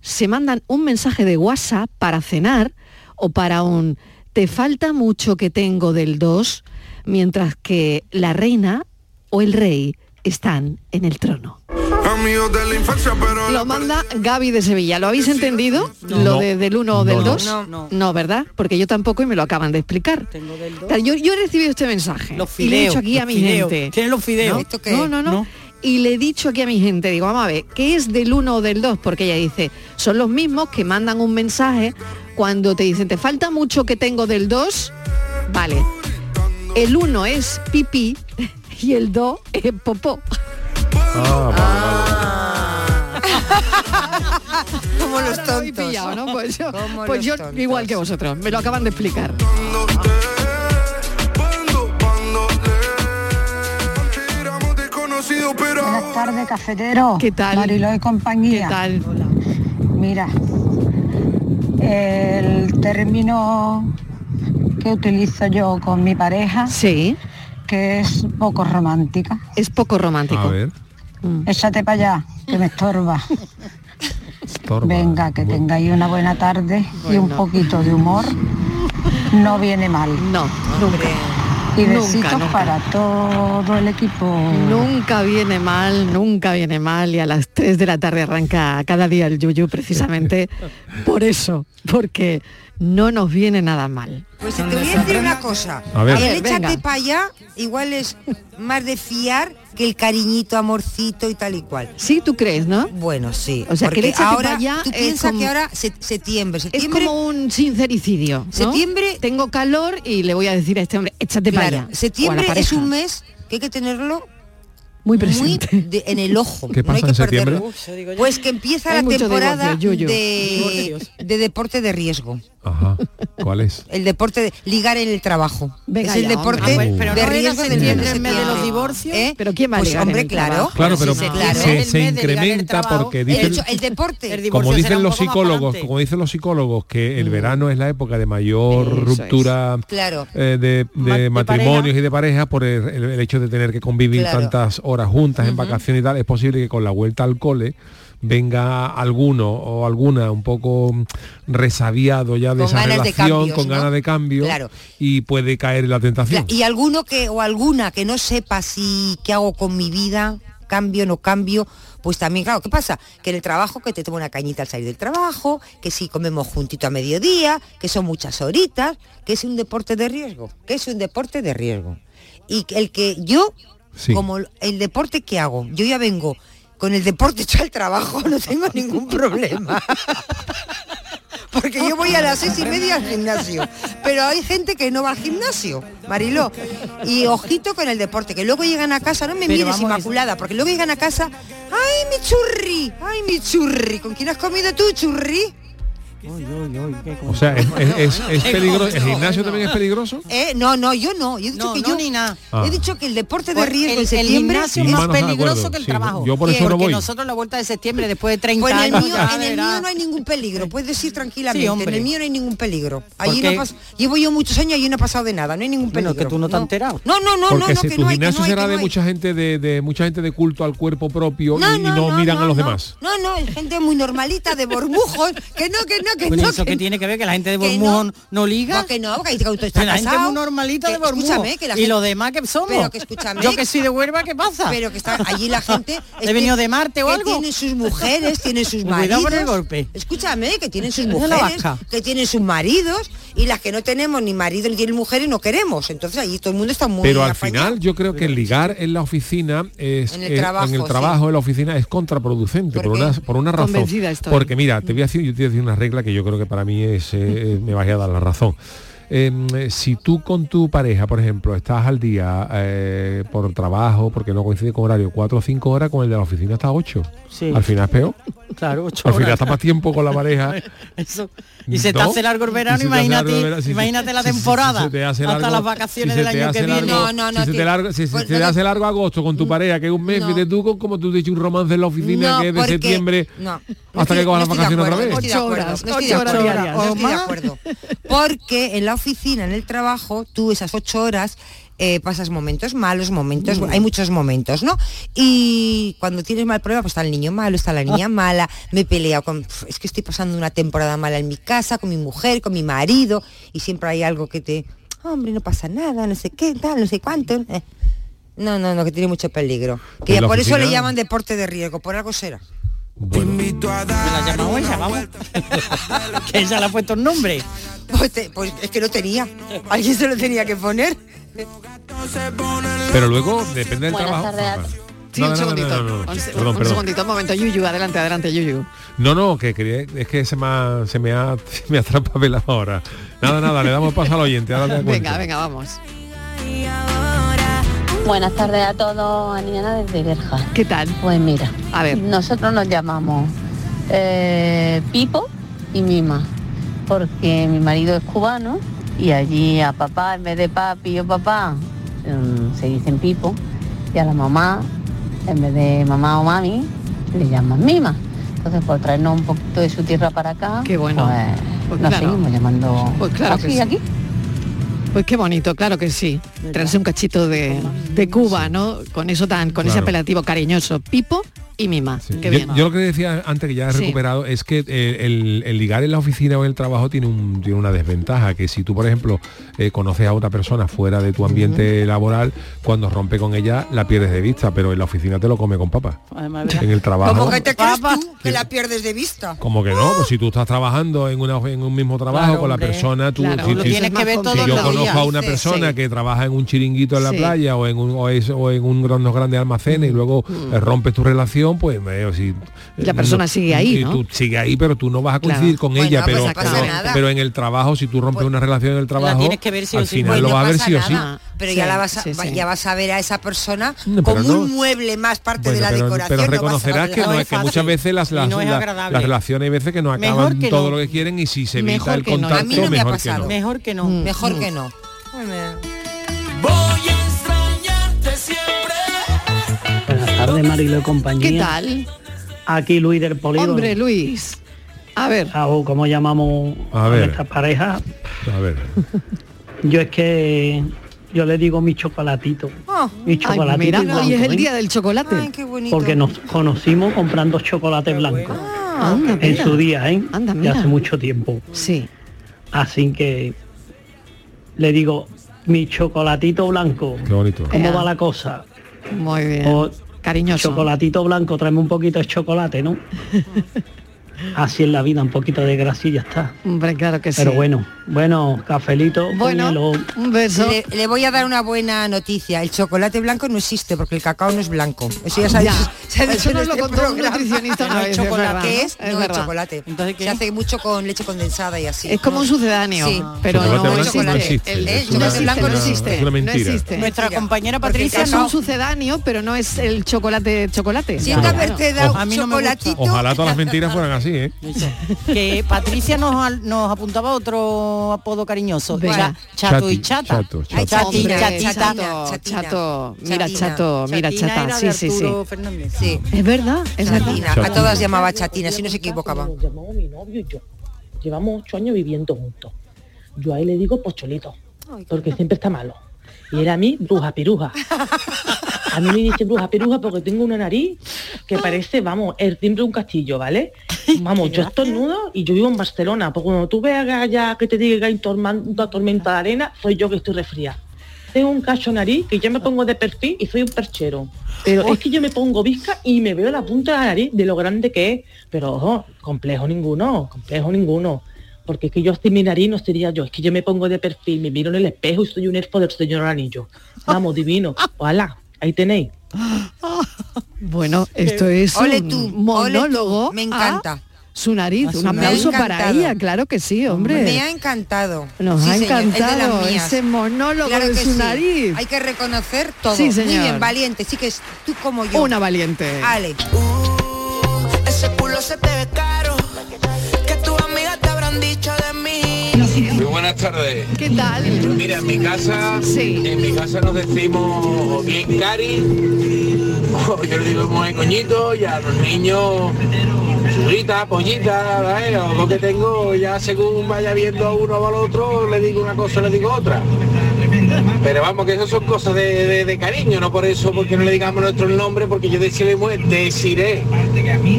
Speaker 2: se mandan un mensaje de WhatsApp para cenar o para un te falta mucho que tengo del 2, mientras que la reina o el rey están en el trono.
Speaker 20: Amigos de la infancia, pero
Speaker 2: Lo manda Gaby de Sevilla. ¿Lo habéis entendido? lo
Speaker 20: No.
Speaker 2: de- del 1 o
Speaker 20: No,
Speaker 2: del
Speaker 20: no.
Speaker 2: 2?
Speaker 20: No,
Speaker 2: ¿verdad? Porque yo tampoco y me lo acaban de explicar. Claro, Yo, yo he recibido este mensaje y le he
Speaker 7: fideos,
Speaker 2: dicho aquí a
Speaker 7: los
Speaker 2: mi
Speaker 7: fideos.
Speaker 2: gente.
Speaker 7: ¿Tienes los fideos?
Speaker 2: ¿no?
Speaker 7: ¿Esto qué
Speaker 2: no,
Speaker 7: es?
Speaker 2: no, no.
Speaker 7: No.
Speaker 2: Y le he dicho aquí a mi gente, digo, vamos a ver, ¿qué es del 1 o del 2? Porque ella dice, son los mismos que mandan un mensaje cuando te dicen, te falta mucho que tengo del 2, vale. El 1 es pipí y el 2 es popó. Ah,
Speaker 8: Ah, Como los
Speaker 2: Ahora lo habéis
Speaker 8: tontos.
Speaker 2: pillado, ¿no? Pues yo,
Speaker 8: Como
Speaker 2: pues
Speaker 8: los
Speaker 2: yo
Speaker 8: tontos.
Speaker 2: igual que vosotros, me lo acaban de explicar.
Speaker 20: conocido, pero
Speaker 3: Buenas tardes, cafetero.
Speaker 2: ¿Qué tal?
Speaker 3: Mariló y compañía.
Speaker 2: ¿Qué tal?
Speaker 3: Mira, el término que utilizo yo con mi pareja,
Speaker 2: sí.
Speaker 3: que es poco romántica.
Speaker 2: Es poco romántico.
Speaker 6: A ver.
Speaker 3: Échate para allá, que me estorba. Venga, que tengáis una buena tarde y un
Speaker 2: Bueno.
Speaker 3: poquito de humor. No viene mal.
Speaker 2: No, nunca.
Speaker 3: Y
Speaker 2: Nunca,
Speaker 3: besitos
Speaker 2: nunca.
Speaker 3: para todo el equipo.
Speaker 2: Nunca viene mal, nunca viene mal y a las 3 de la tarde arranca cada día el yuyu precisamente por eso, porque no nos viene nada mal.
Speaker 8: Pues te voy a decir una cosa.
Speaker 2: A ver. A ver,
Speaker 8: el échate
Speaker 2: venga.
Speaker 8: para allá igual es más de fiar que el cariñito, amorcito y tal y cual.
Speaker 2: Sí, tú crees, ¿no?
Speaker 8: Bueno, sí.
Speaker 2: O sea, que
Speaker 8: Porque
Speaker 2: el échate
Speaker 8: ahora,
Speaker 2: para allá
Speaker 8: tú
Speaker 2: es
Speaker 8: piensas
Speaker 2: como-
Speaker 8: que ahora se- septiembre,
Speaker 2: Es
Speaker 8: septiembre,
Speaker 2: como un sincericidio. ¿no?
Speaker 8: Septiembre-
Speaker 2: Tengo calor y le voy a decir a este hombre, échate para
Speaker 8: claro,
Speaker 2: allá.
Speaker 8: septiembre
Speaker 2: O a la
Speaker 8: es un
Speaker 2: pareja.
Speaker 8: mes que hay que tenerlo
Speaker 2: muy presente.
Speaker 8: de- en el ojo.
Speaker 6: ¿Qué
Speaker 8: no
Speaker 6: pasa
Speaker 8: hay que
Speaker 6: en septiembre?
Speaker 8: perderlo. Pues que empieza
Speaker 2: Hay
Speaker 8: la
Speaker 2: mucho
Speaker 8: temporada
Speaker 2: divorcio, Yuyu.
Speaker 8: de, de deporte de riesgo.
Speaker 6: Ajá. ¿Cuál es?
Speaker 8: El deporte de ligar en el trabajo.
Speaker 2: Venga
Speaker 8: es el
Speaker 2: ya,
Speaker 8: deporte
Speaker 2: hombre. Ah, bueno, pero
Speaker 8: de
Speaker 2: no era
Speaker 8: riesgo del mes
Speaker 2: septiembre,
Speaker 8: de
Speaker 2: el mes de
Speaker 8: septiembre.
Speaker 2: los divorcios.
Speaker 8: ¿Eh?
Speaker 2: Pero ¿quién va a
Speaker 8: Pues
Speaker 2: ligar en
Speaker 8: hombre,
Speaker 2: el
Speaker 8: claro.
Speaker 2: trabajo?
Speaker 6: Claro, pero
Speaker 8: Sí,
Speaker 6: se,
Speaker 8: claro.
Speaker 6: se
Speaker 8: El mes de ligar en el
Speaker 6: incrementa
Speaker 8: trabajo.
Speaker 6: porque
Speaker 8: El
Speaker 6: dicen,
Speaker 8: hecho- el deporte.
Speaker 6: como dicen los psicólogos, como dicen los psicólogos que el verano es la época de mayor ruptura
Speaker 8: Mm. Claro.
Speaker 6: eh, de, de matrimonios y de parejas por el, el- el hecho de tener que convivir
Speaker 8: Claro.
Speaker 6: tantas horas juntas en vacaciones y tal, es posible que con la vuelta al cole venga alguno o alguna un poco mm, resabiado ya de
Speaker 8: Con
Speaker 6: esa
Speaker 8: ganas de
Speaker 6: relación,
Speaker 8: cambios,
Speaker 6: con
Speaker 8: ¿no?
Speaker 6: ganas de cambio
Speaker 8: Claro.
Speaker 6: y puede caer en la tentación.
Speaker 8: Y alguno que o alguna que no sepa si qué hago con mi vida, cambio no cambio, pues también claro, ¿qué pasa? Que en el trabajo que te tomo una cañita al salir del trabajo, que si comemos juntito a mediodía, que son muchas horitas, que es un deporte de riesgo, que es un deporte de riesgo. Y que el que yo
Speaker 6: Sí.
Speaker 8: como el- el deporte que hago, yo ya vengo con el deporte hecho al trabajo, no tengo ningún problema. Porque yo voy a las seis y media al gimnasio. Pero hay gente que no va al gimnasio, Mariló. Y ojito con el deporte, que luego llegan a casa, no me
Speaker 7: Pero
Speaker 8: mires
Speaker 7: vamos,
Speaker 8: inmaculada, porque luego llegan a casa, ¡ay, mi churri! ¡Ay, mi churri! ¿Con quién has comido tú, churri?
Speaker 7: Uy, uy, uy, qué
Speaker 6: O sea, es, es- es- es
Speaker 8: bueno.
Speaker 6: peligroso.
Speaker 8: No,
Speaker 6: ¿El gimnasio también es peligroso?
Speaker 8: Eh, no, no, yo no. Yo he dicho que yo ni
Speaker 7: nada.
Speaker 6: Ah.
Speaker 8: He dicho que el deporte de
Speaker 7: Pues
Speaker 8: riesgo
Speaker 7: el-
Speaker 8: en
Speaker 7: el
Speaker 8: septiembre
Speaker 7: gimnasio
Speaker 6: Sin
Speaker 7: es más
Speaker 6: manos al
Speaker 7: peligroso
Speaker 6: acuerdo,
Speaker 7: que el
Speaker 6: sí,
Speaker 7: trabajo.
Speaker 6: yo por eso no
Speaker 7: Oh. porque
Speaker 6: voy.
Speaker 7: nosotros la vuelta de septiembre después de 30
Speaker 8: Pues en el
Speaker 7: años.
Speaker 8: mío,
Speaker 7: ya
Speaker 8: en el
Speaker 7: verás.
Speaker 8: mío no hay ningún peligro, puedes ir
Speaker 7: Sí,
Speaker 8: tranquilamente.
Speaker 7: hombre.
Speaker 8: en el mío no hay ningún peligro. Allí
Speaker 7: ¿Por
Speaker 8: no
Speaker 7: qué?
Speaker 8: ha pas- llevo yo muchos años y allí no ha pasado de nada, no hay ningún
Speaker 7: Bueno,
Speaker 8: peligro.
Speaker 7: que tú no te has enterado.
Speaker 8: No, no, no,
Speaker 6: Porque
Speaker 8: no,
Speaker 6: si
Speaker 8: no, que
Speaker 6: tu
Speaker 8: no hay, que
Speaker 6: gimnasio
Speaker 8: no hay,
Speaker 6: será
Speaker 8: que
Speaker 6: de
Speaker 8: no hay.
Speaker 6: mucha gente de, de mucha gente de culto al cuerpo propio y y no, miran a los demás.
Speaker 8: No, no, es gente muy normalita de bormujos, que no, que no, que
Speaker 7: Bueno,
Speaker 8: no.
Speaker 7: eso
Speaker 8: que
Speaker 7: que
Speaker 8: no.
Speaker 7: tiene que ver que la gente de Bormujón no, liga.
Speaker 8: que no, que hay que está
Speaker 7: la gente
Speaker 8: casado,
Speaker 7: muy normalita de
Speaker 8: que-
Speaker 7: Bormujón.
Speaker 8: escúchame, que la
Speaker 7: Y
Speaker 8: gente-
Speaker 7: los demás que somos.
Speaker 8: Pero que escúchame.
Speaker 7: Yo que soy de Huelva, ¿qué pasa?
Speaker 8: Pero que está allí la gente.
Speaker 7: He venido de Marte o
Speaker 8: que
Speaker 7: algo.
Speaker 8: Tienen sus mujeres, tienen sus maridos.
Speaker 7: Cuidado con el golpe.
Speaker 8: Escúchame, que tienen sus
Speaker 7: Es de la
Speaker 8: mujeres,
Speaker 7: vaca.
Speaker 8: que tienen sus maridos y las que no tenemos ni marido ni tienen mujeres no queremos. Entonces allí todo el mundo está muy
Speaker 6: Pero al
Speaker 8: apañado.
Speaker 6: final yo creo que ligar en la oficina es
Speaker 8: En el
Speaker 6: eh,
Speaker 8: trabajo,
Speaker 6: en, el
Speaker 8: sí.
Speaker 6: trabajo en la oficina es contraproducente por, una por una razón.
Speaker 2: Convencida estoy.
Speaker 6: Porque mira,
Speaker 7: Mm.
Speaker 6: te voy a decir, yo te voy a decir una regla que yo creo que para mí es eh, me vas a dar la razón. Eh, si tú con tu pareja, por ejemplo, estás al día eh, por trabajo, porque no coincide con horario, cuatro o cinco horas, con el de la oficina hasta ocho.
Speaker 7: Sí.
Speaker 6: Al final es peor.
Speaker 7: Claro, ocho
Speaker 6: Al final
Speaker 7: horas.
Speaker 6: está más tiempo con la pareja.
Speaker 7: Eso. Y se te
Speaker 6: No.
Speaker 7: hace largo el
Speaker 6: Y
Speaker 7: verano,
Speaker 6: se te hace
Speaker 7: imagínate,
Speaker 6: largo el verano, si-
Speaker 7: imagínate la
Speaker 6: si- si- si
Speaker 7: temporada.
Speaker 6: se te hace
Speaker 7: hasta
Speaker 6: largo-
Speaker 7: las vacaciones
Speaker 6: si se
Speaker 7: del
Speaker 6: te
Speaker 7: año
Speaker 6: hace
Speaker 7: que viene.
Speaker 6: largo- si se te, larga- si- si se te hace largo agosto con
Speaker 2: Mm,
Speaker 6: tu pareja, que es un mes,
Speaker 8: no.
Speaker 6: vete tú con, como tú dices, un romance en la oficina
Speaker 8: No,
Speaker 6: que es de
Speaker 8: porque-
Speaker 6: septiembre
Speaker 8: no, no
Speaker 6: hasta
Speaker 8: estoy-
Speaker 6: que cojas
Speaker 8: no
Speaker 6: las
Speaker 8: estoy de
Speaker 6: vacaciones otra
Speaker 8: acuerdo,
Speaker 6: vez.
Speaker 8: no estoy de acuerdo, no estoy de
Speaker 7: ocho
Speaker 8: acuerdo,
Speaker 7: horas
Speaker 8: no
Speaker 7: o
Speaker 8: estoy de
Speaker 7: más.
Speaker 8: acuerdo. Porque en la oficina, en el trabajo, tú esas ocho horas eh, pasas momentos malos, momentos, hay muchos momentos, ¿no? Y cuando tienes mal problema, pues está el niño malo, está la niña mala, me he peleado con, pf, es que estoy pasando una temporada mala en mi casa, con mi mujer, con mi marido, y siempre hay algo que te, "Ah, hombre, no pasa nada, no sé qué, tal, no sé cuánto. eh. No, no, no, que tiene mucho peligro. Que
Speaker 6: En
Speaker 8: ya
Speaker 6: la
Speaker 8: por eso le
Speaker 6: oficina-
Speaker 8: llaman deporte de riesgo, por algo será.
Speaker 7: Me la llamamos ella, vamos. que ella le ha puesto el nombre.
Speaker 8: Pues, te- pues es que no tenía. Alguien se lo tenía que poner.
Speaker 6: Pero luego depende del
Speaker 2: Buenas
Speaker 6: trabajo.
Speaker 2: tardes. Sí,
Speaker 6: No, no, no,
Speaker 2: un
Speaker 6: no, no,
Speaker 2: segundito.
Speaker 6: no.
Speaker 2: Un, se-
Speaker 6: Perdón,
Speaker 2: un
Speaker 6: perdón.
Speaker 2: segundito, un momento, Yuyu, adelante, adelante, Yuyu.
Speaker 6: No, no, que quería, es que se me ha, se me ha, se me ha traspapelado ahora. Nada, nada, le damos paso al oyente. Ahora te das cuenta.
Speaker 2: Venga, venga, vamos.
Speaker 4: Buenas tardes a todos, Aniana desde Berja.
Speaker 2: ¿Qué tal?
Speaker 4: Pues mira,
Speaker 2: a ver.
Speaker 4: Nosotros nos llamamos eh, Pipo y Mima, porque mi marido es cubano y allí a papá en vez de papi yo papá mm, se dicen Pipo y a la mamá en vez de mamá o mami le llaman Mima. Entonces por traernos un poquito de su tierra para acá,
Speaker 2: Qué bueno.
Speaker 4: pues,
Speaker 2: Pues
Speaker 4: nos
Speaker 2: claro.
Speaker 4: seguimos llamando
Speaker 2: Pues claro que
Speaker 4: así
Speaker 2: sí.
Speaker 4: aquí.
Speaker 2: Pues qué bonito, claro que sí. Traerse un cachito de, de Cuba, ¿no? Con eso tan, con ese
Speaker 6: Claro.
Speaker 2: apelativo cariñoso, Pipo y Mima. Qué
Speaker 6: Yo-
Speaker 2: bien.
Speaker 6: Yo, lo que decía antes que ya he
Speaker 2: Sí.
Speaker 6: recuperado es que eh, el, el ligar en la oficina o en el trabajo tiene, un, tiene una desventaja, que si tú, por ejemplo, eh, conoces a otra persona fuera de tu ambiente laboral, cuando rompe con ella la pierdes de vista, pero en la oficina te lo come con papa. En el trabajo.
Speaker 8: Como que te crees tú que la pierdes de vista.
Speaker 6: Como que no, pues si tú estás trabajando en, una, en un mismo trabajo
Speaker 8: Claro,
Speaker 6: con la
Speaker 8: hombre.
Speaker 6: persona, tú
Speaker 8: Claro,
Speaker 6: si,
Speaker 8: lo
Speaker 6: si-
Speaker 8: tienes que ver
Speaker 6: si
Speaker 8: todos
Speaker 6: yo
Speaker 8: los
Speaker 6: conozco
Speaker 8: días.
Speaker 6: a una
Speaker 8: Sí,
Speaker 6: persona
Speaker 8: sí.
Speaker 6: que trabaja en un chiringuito en la
Speaker 8: Sí.
Speaker 6: playa o en un o es- o en un- unos grandes almacenes y luego
Speaker 8: Mm.
Speaker 6: eh, rompes tu relación, pues me- o si
Speaker 2: La persona sigue ahí,
Speaker 6: y
Speaker 2: ¿no?
Speaker 6: tú sigue ahí, pero tú no vas a
Speaker 2: Claro.
Speaker 6: coincidir con
Speaker 2: Bueno,
Speaker 6: ella,
Speaker 2: pues
Speaker 6: pero,
Speaker 2: no pasa
Speaker 6: pero,
Speaker 2: nada.
Speaker 6: pero en el trabajo si tú
Speaker 8: Pues
Speaker 6: rompes una relación en el trabajo,
Speaker 7: tienes que ver sí o
Speaker 6: al
Speaker 7: sí.
Speaker 6: final
Speaker 7: Pues
Speaker 6: lo
Speaker 7: no
Speaker 6: va a ver
Speaker 7: pasa
Speaker 6: sí o sí.
Speaker 8: Nada, pero ya, la vas a,
Speaker 6: Sí, sí.
Speaker 8: ya vas a ver a esa persona
Speaker 6: No, pero
Speaker 8: como
Speaker 6: no.
Speaker 8: un mueble más parte de
Speaker 6: Bueno,
Speaker 8: la
Speaker 6: pero,
Speaker 8: decoración.
Speaker 6: pero
Speaker 8: no vas a
Speaker 6: reconocerás que,
Speaker 8: verla.
Speaker 6: no es, que muchas veces las,
Speaker 8: Y
Speaker 6: las,
Speaker 8: no es
Speaker 6: la-
Speaker 8: agradable.
Speaker 6: las relaciones hay veces que no
Speaker 8: Mejor
Speaker 6: acaban
Speaker 8: que
Speaker 6: todo
Speaker 8: no.
Speaker 6: lo que quieren y si se evita
Speaker 8: Mejor
Speaker 6: el
Speaker 8: que no.
Speaker 6: contacto,
Speaker 8: A mí no me ha
Speaker 6: mejor que
Speaker 8: pasado.
Speaker 6: no. Mm.
Speaker 7: Mejor que no.
Speaker 8: Mejor que no.
Speaker 30: Voy a extrañarte siempre.
Speaker 31: Buenas tardes, Marilo y compañía.
Speaker 2: ¿Qué tal?
Speaker 31: Aquí Luis del Polígono.
Speaker 2: Hombre, Luis. A ver.
Speaker 31: ¿Cómo llamamos
Speaker 6: A
Speaker 31: a,
Speaker 6: ver.
Speaker 31: nuestras parejas?
Speaker 6: A ver.
Speaker 31: Yo es que yo le digo mi chocolatito.
Speaker 8: Oh.
Speaker 31: Mi chocolatito
Speaker 2: Ay, mira,
Speaker 31: blanco,
Speaker 2: hoy es el
Speaker 31: ¿eh?
Speaker 2: día del chocolate.
Speaker 31: Porque nos conocimos comprando chocolate blanco.
Speaker 2: Ah, Anda,
Speaker 31: en
Speaker 2: mira.
Speaker 31: su día, ¿eh? De
Speaker 2: mira.
Speaker 31: hace mucho tiempo.
Speaker 2: Sí.
Speaker 31: Así que le digo, mi chocolatito blanco.
Speaker 6: Qué bonito.
Speaker 31: ¿Cómo
Speaker 2: Ea.
Speaker 31: va la cosa?
Speaker 2: Muy bien.
Speaker 31: O
Speaker 2: Cariñoso.
Speaker 31: Chocolatito blanco, tráeme un poquito de chocolate, ¿no? Así es la vida, un poquito de grasilla está.
Speaker 2: Hombre, claro que sí.
Speaker 31: Pero bueno, Bueno, cafelito.
Speaker 8: Bueno,
Speaker 31: un beso.
Speaker 8: Le, le voy a dar una buena noticia. El chocolate blanco no existe porque el cacao no es blanco. Eso ya se ha
Speaker 2: Ya.
Speaker 8: dicho- se ha
Speaker 2: Eso
Speaker 8: dicho en
Speaker 2: nos lo
Speaker 8: este
Speaker 2: contó un
Speaker 8: programa.
Speaker 2: nutricionista
Speaker 8: Que
Speaker 2: una
Speaker 8: no es
Speaker 2: vez, es
Speaker 8: chocolate,
Speaker 2: verdad.
Speaker 8: que es,
Speaker 2: Es
Speaker 8: no es
Speaker 2: verdad.
Speaker 8: chocolate. se hace mucho con leche condensada y así.
Speaker 2: Es como un sucedáneo,
Speaker 8: Sí.
Speaker 2: pero
Speaker 6: Chocolate
Speaker 2: no
Speaker 6: blanco no
Speaker 2: existe.
Speaker 6: existe.
Speaker 2: El-
Speaker 7: Eh,
Speaker 6: Es
Speaker 2: el
Speaker 6: una-
Speaker 2: chocolate blanco no
Speaker 6: es una-
Speaker 2: existe.
Speaker 6: es una
Speaker 2: No
Speaker 6: mentira.
Speaker 2: existe.
Speaker 7: Nuestra compañera Patricia
Speaker 2: es un sucedáneo, pero no es el chocolate chocolate.
Speaker 7: Siento
Speaker 2: Ya,
Speaker 7: haberte
Speaker 2: claro.
Speaker 7: dado A mí no me gusta. chocolatito.
Speaker 6: Ojalá todas las mentiras fueran así, ¿eh?
Speaker 7: que Patricia nos, al- nos apuntaba otro apodo cariñoso,
Speaker 2: Venga.
Speaker 7: Cha- chato y
Speaker 6: Chati,
Speaker 7: chata.
Speaker 6: chato, chato. Ay,
Speaker 7: Chati,
Speaker 2: Hombre,
Speaker 7: chatita.
Speaker 2: chato, chato, mira chato, mira
Speaker 8: Chatina
Speaker 2: chata,
Speaker 8: era
Speaker 2: sí,
Speaker 8: de
Speaker 2: sí, sí.
Speaker 8: Arturo Sí.
Speaker 2: Es verdad, es
Speaker 8: Chatina.
Speaker 2: verdad.
Speaker 8: A todas llamaba chatina, si no se equivocaba.
Speaker 32: llamamos mi novio y yo. Llevamos ocho años viviendo juntos. Yo a él le digo pocholito, porque siempre está malo. Y él a mí, bruja piruja. A mí me dice bruja piruja porque tengo una nariz que parece, vamos, el timbre de un castillo, ¿vale? Vamos, yo estornudo y yo vivo en Barcelona, porque cuando tú veas allá que te diga que hay torman- una tormenta de arena, soy yo que estoy resfriada. Tengo un cacho nariz que yo me pongo de perfil y soy un perchero. Pero es que yo me pongo visca y me veo la punta de la nariz de lo grande que es. Pero ojo, complejo ninguno, complejo ninguno. Porque es que yo sin mi nariz no sería yo. Es que yo me pongo de perfil, me miro en el espejo y soy un elfo del señor anillo. Vamos, divino. Ojalá, ahí tenéis.
Speaker 2: Bueno, Ah, esto es
Speaker 32: Eh, Ole
Speaker 2: un
Speaker 32: tú, ole tú,
Speaker 2: monólogo.
Speaker 32: me
Speaker 2: a
Speaker 32: encanta.
Speaker 2: su nariz,
Speaker 32: A
Speaker 2: un
Speaker 32: su nariz.
Speaker 2: aplauso
Speaker 32: Me ha
Speaker 2: para
Speaker 32: encantado.
Speaker 2: ella, claro que sí, hombre.
Speaker 8: Me ha encantado.
Speaker 2: Nos
Speaker 8: Sí,
Speaker 2: ha
Speaker 8: señor, es de las
Speaker 2: encantado
Speaker 8: mías.
Speaker 2: ese monólogo
Speaker 8: Claro
Speaker 2: de
Speaker 8: que
Speaker 2: su
Speaker 8: sí.
Speaker 2: nariz.
Speaker 8: Hay que reconocer todo.
Speaker 2: Sí,
Speaker 8: Muy
Speaker 2: señor.
Speaker 8: bien, valiente. Sí que es tú como yo.
Speaker 2: Una valiente.
Speaker 8: Ale.
Speaker 33: Uh, Ese culo se te ve caro. Que tus amigas te habrán dicho de mí.
Speaker 29: Muy buenas tardes.
Speaker 2: ¿Qué tal?
Speaker 29: Mira, en mi casa, en mi casa nos decimos o bien cari, o yo le digo muy coñito, y a los niños churrita, pollita, ¿vale? o lo que tengo, ya según vaya viendo a uno o al otro, le digo una cosa, le digo otra. Pero vamos, que eso son cosas de, de- de cariño, no por eso, porque no le digamos nuestro nombre, porque yo decirle mujer, deciré.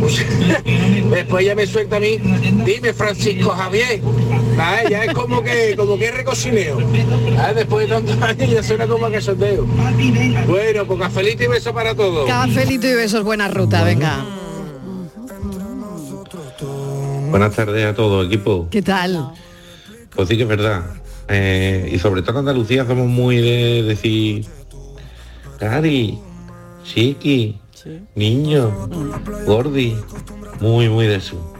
Speaker 29: Pues, Después ya me suelta a mí, dime Francisco Javier. ¿sabes? Ya es como que, como que es recocineo. ¿sabes? Después de tantos años ya suena como a cachondeo. Bueno, pues cafelito y beso para todos.
Speaker 2: Cafelito y besos, buena ruta, venga.
Speaker 34: Buenas tardes a todo equipo.
Speaker 2: ¿Qué tal?
Speaker 34: Pues sí que es verdad. Eh, y sobre todo en Andalucía somos muy de decir, Cari, Chiqui, Niño, Gordi, muy, muy de eso.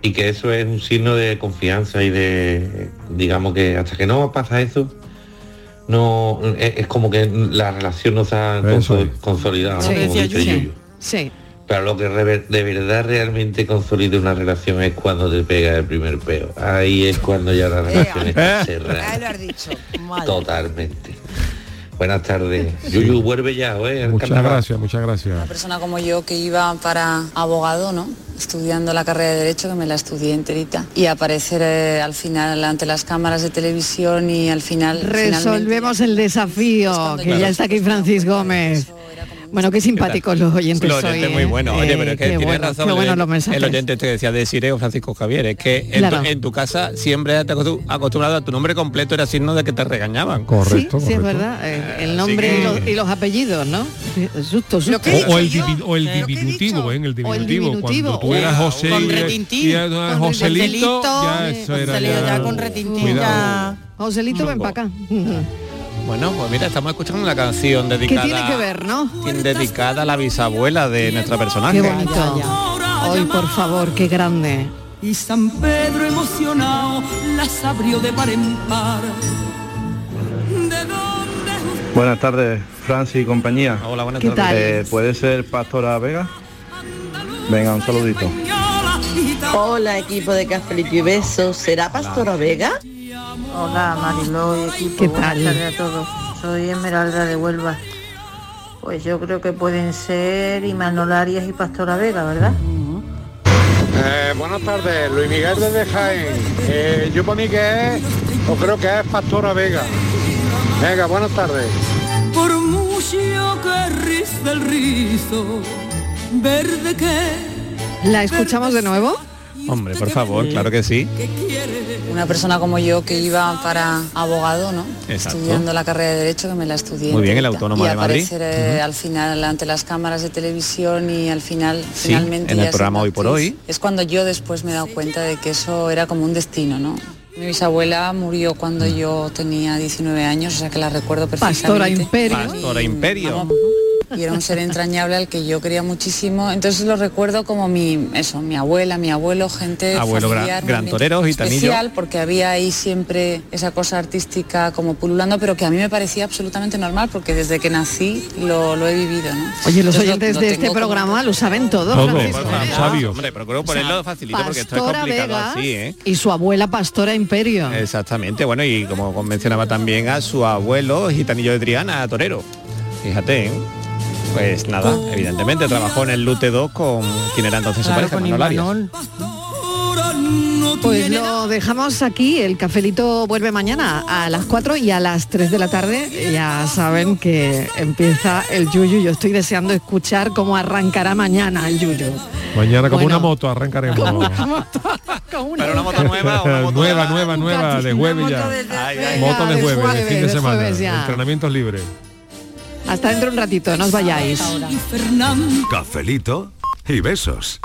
Speaker 34: Y que eso es un signo de confianza y de, digamos que hasta que no pasa eso, no es, es como que la relación no está conso- consolidada. ¿no?
Speaker 2: Sí,
Speaker 34: Ah, Como dice
Speaker 2: sí,
Speaker 34: Yuyu.
Speaker 2: sí.
Speaker 34: Pero lo que rever- de verdad realmente consolida una relación es cuando te pega el primer peo. Ahí es cuando ya la relación está
Speaker 10: eh,
Speaker 34: cerrada.
Speaker 8: Lo has dicho.
Speaker 34: Totalmente. Buenas tardes. Yuyu, vuelve ya, ¿eh? Al
Speaker 6: Muchas
Speaker 34: carnaval.
Speaker 6: gracias, muchas gracias.
Speaker 10: persona como yo que iba para abogado, ¿no? Estudiando la carrera de Derecho, que me la estudié enterita. Y aparecer eh, al final ante las cámaras de televisión y al final... finalmente-
Speaker 2: Resolvemos el desafío, que ya está aquí Francis Gómez. Bueno, qué simpáticos los oyentes
Speaker 5: Los oyentes
Speaker 2: hoy,
Speaker 5: muy
Speaker 2: ¿eh?
Speaker 5: buenos. Oye, pero es que
Speaker 2: qué
Speaker 5: tienes
Speaker 2: bueno,
Speaker 5: razón
Speaker 2: qué
Speaker 5: el,
Speaker 2: buenos los mensajes.
Speaker 5: el oyente este que decía de Sireo Francisco Javier. Es que en, tu-
Speaker 2: Claro.
Speaker 5: en tu, casa siempre te acostum- acostumbrado a tu nombre completo era signo de que te regañaban.
Speaker 2: Sí, sí, es verdad. eh, El, nombre y, los, y los apellidos, ¿no? Sí, Susto, susto.
Speaker 6: O, o el divi- o el diminutivo, ¿eh? en el diminutivo,
Speaker 2: diminutivo,
Speaker 6: Cuando tú
Speaker 2: o-
Speaker 6: eras José
Speaker 2: Con
Speaker 6: y-
Speaker 2: retintín,
Speaker 6: y eras Joselito,
Speaker 2: retintín. eh,
Speaker 6: ya eso era
Speaker 2: Joselito
Speaker 6: ya-
Speaker 2: ya con retintín,
Speaker 5: Cuidado.
Speaker 2: Joselito, ven para acá.
Speaker 5: Bueno, pues mira, estamos escuchando una canción
Speaker 2: ¿Qué
Speaker 5: dedicada,
Speaker 2: tiene que ver, no?
Speaker 5: dedicada a la bisabuela de nuestra personaje.
Speaker 2: Qué bonito. Hoy, por favor, qué grande.
Speaker 4: Y San Pedro emocionado las abrió de par en par. De dónde
Speaker 35: Buenas tardes, Francis y compañía. Hola, buenas
Speaker 4: ¿Qué tardes. tal?
Speaker 35: ¿Puede ser Pastora Vega? Venga, un saludito.
Speaker 12: Hola equipo de Cafelito y Besos, ¿será Pastora Vega?
Speaker 36: Hola Mariló y equipo,
Speaker 12: ¿Qué
Speaker 36: buenas
Speaker 12: tal?
Speaker 36: tardes a todos. Soy Esmeralda de Huelva. Pues yo creo que pueden ser Imanol Arias y Pastora Vega, ¿verdad?
Speaker 29: Eh, buenas tardes, Luis Miguel desde Jaén. Eh, yo para mí que es, o creo que es Pastora Vega. Venga, buenas tardes.
Speaker 4: Por mucho que riza el rizo, verde que
Speaker 2: ¿La escuchamos de nuevo?
Speaker 5: Hombre, por favor, claro que sí.
Speaker 10: Una persona como yo que iba para abogado, ¿no?
Speaker 5: Exacto.
Speaker 10: Estudiando la carrera de Derecho, que me la estudié
Speaker 5: Muy bien,
Speaker 10: enterita.
Speaker 5: el Autónoma
Speaker 10: y
Speaker 5: de Madrid.
Speaker 10: aparecer eh, al final ante las cámaras de televisión y al final,
Speaker 5: Sí,
Speaker 10: finalmente...
Speaker 5: en el
Speaker 10: ya
Speaker 5: programa
Speaker 10: siendo
Speaker 5: Hoy por
Speaker 10: actriz.
Speaker 5: Hoy.
Speaker 10: Es cuando yo después me he dado cuenta de que eso era como un destino, ¿no? Mi bisabuela murió cuando
Speaker 5: Mm.
Speaker 10: yo tenía 19 años, o sea que la recuerdo perfectamente.
Speaker 2: Pastora Imperio.
Speaker 5: Pastora Imperio.
Speaker 10: y era un ser entrañable al que yo quería muchísimo. Entonces lo recuerdo como mi, eso, mi abuela, mi abuelo, gente
Speaker 5: Abuelo gran-
Speaker 10: familiar,
Speaker 5: gran
Speaker 10: muy
Speaker 5: torero, gitanillo.
Speaker 10: especial, porque había ahí siempre esa cosa artística como pululando, pero que a mí me parecía absolutamente normal, porque desde que nací lo, lo he vivido. ¿no?
Speaker 2: Oye,
Speaker 10: Entonces,
Speaker 2: los
Speaker 10: lo-
Speaker 2: oyentes
Speaker 10: lo
Speaker 2: de
Speaker 10: tengo
Speaker 2: este
Speaker 10: como-
Speaker 2: programa lo saben todos.
Speaker 6: Todo,
Speaker 2: Francisco.
Speaker 6: Juan sabio.
Speaker 5: Hombre, procuro ponerlo facilito porque esto es
Speaker 2: Pastora
Speaker 5: complicado
Speaker 2: Vega
Speaker 5: así, ¿eh?
Speaker 2: y su abuela Pastora Imperio.
Speaker 5: Exactamente, bueno, y como mencionaba también a su abuelo, gitanillo de Triana, torero. Fíjate, ¿eh? Pues nada, evidentemente trabajó en el Lute 2 con quien era entonces
Speaker 37: Claro,
Speaker 5: su pareja,
Speaker 37: con
Speaker 5: Manolo Arias.
Speaker 2: Pues lo dejamos aquí, el cafelito vuelve mañana a las 4 y a las 3 de la tarde. Ya saben que empieza el Yuyu, yo estoy deseando escuchar cómo arrancará mañana el Yuyu.
Speaker 6: Mañana como
Speaker 2: Bueno.
Speaker 6: una moto arrancaremos.
Speaker 2: Pero
Speaker 5: una moto nueva, una moto
Speaker 6: nueva, nueva, nueva, de jueves ya. Moto de
Speaker 2: de
Speaker 6: jueves, de
Speaker 2: jueves,
Speaker 6: fin de
Speaker 2: de
Speaker 6: semana.
Speaker 2: jueves ya.
Speaker 6: Entrenamientos libres.
Speaker 2: Hasta dentro de un ratito, no os vayáis.
Speaker 38: Fernando.
Speaker 11: Cafelito y besos.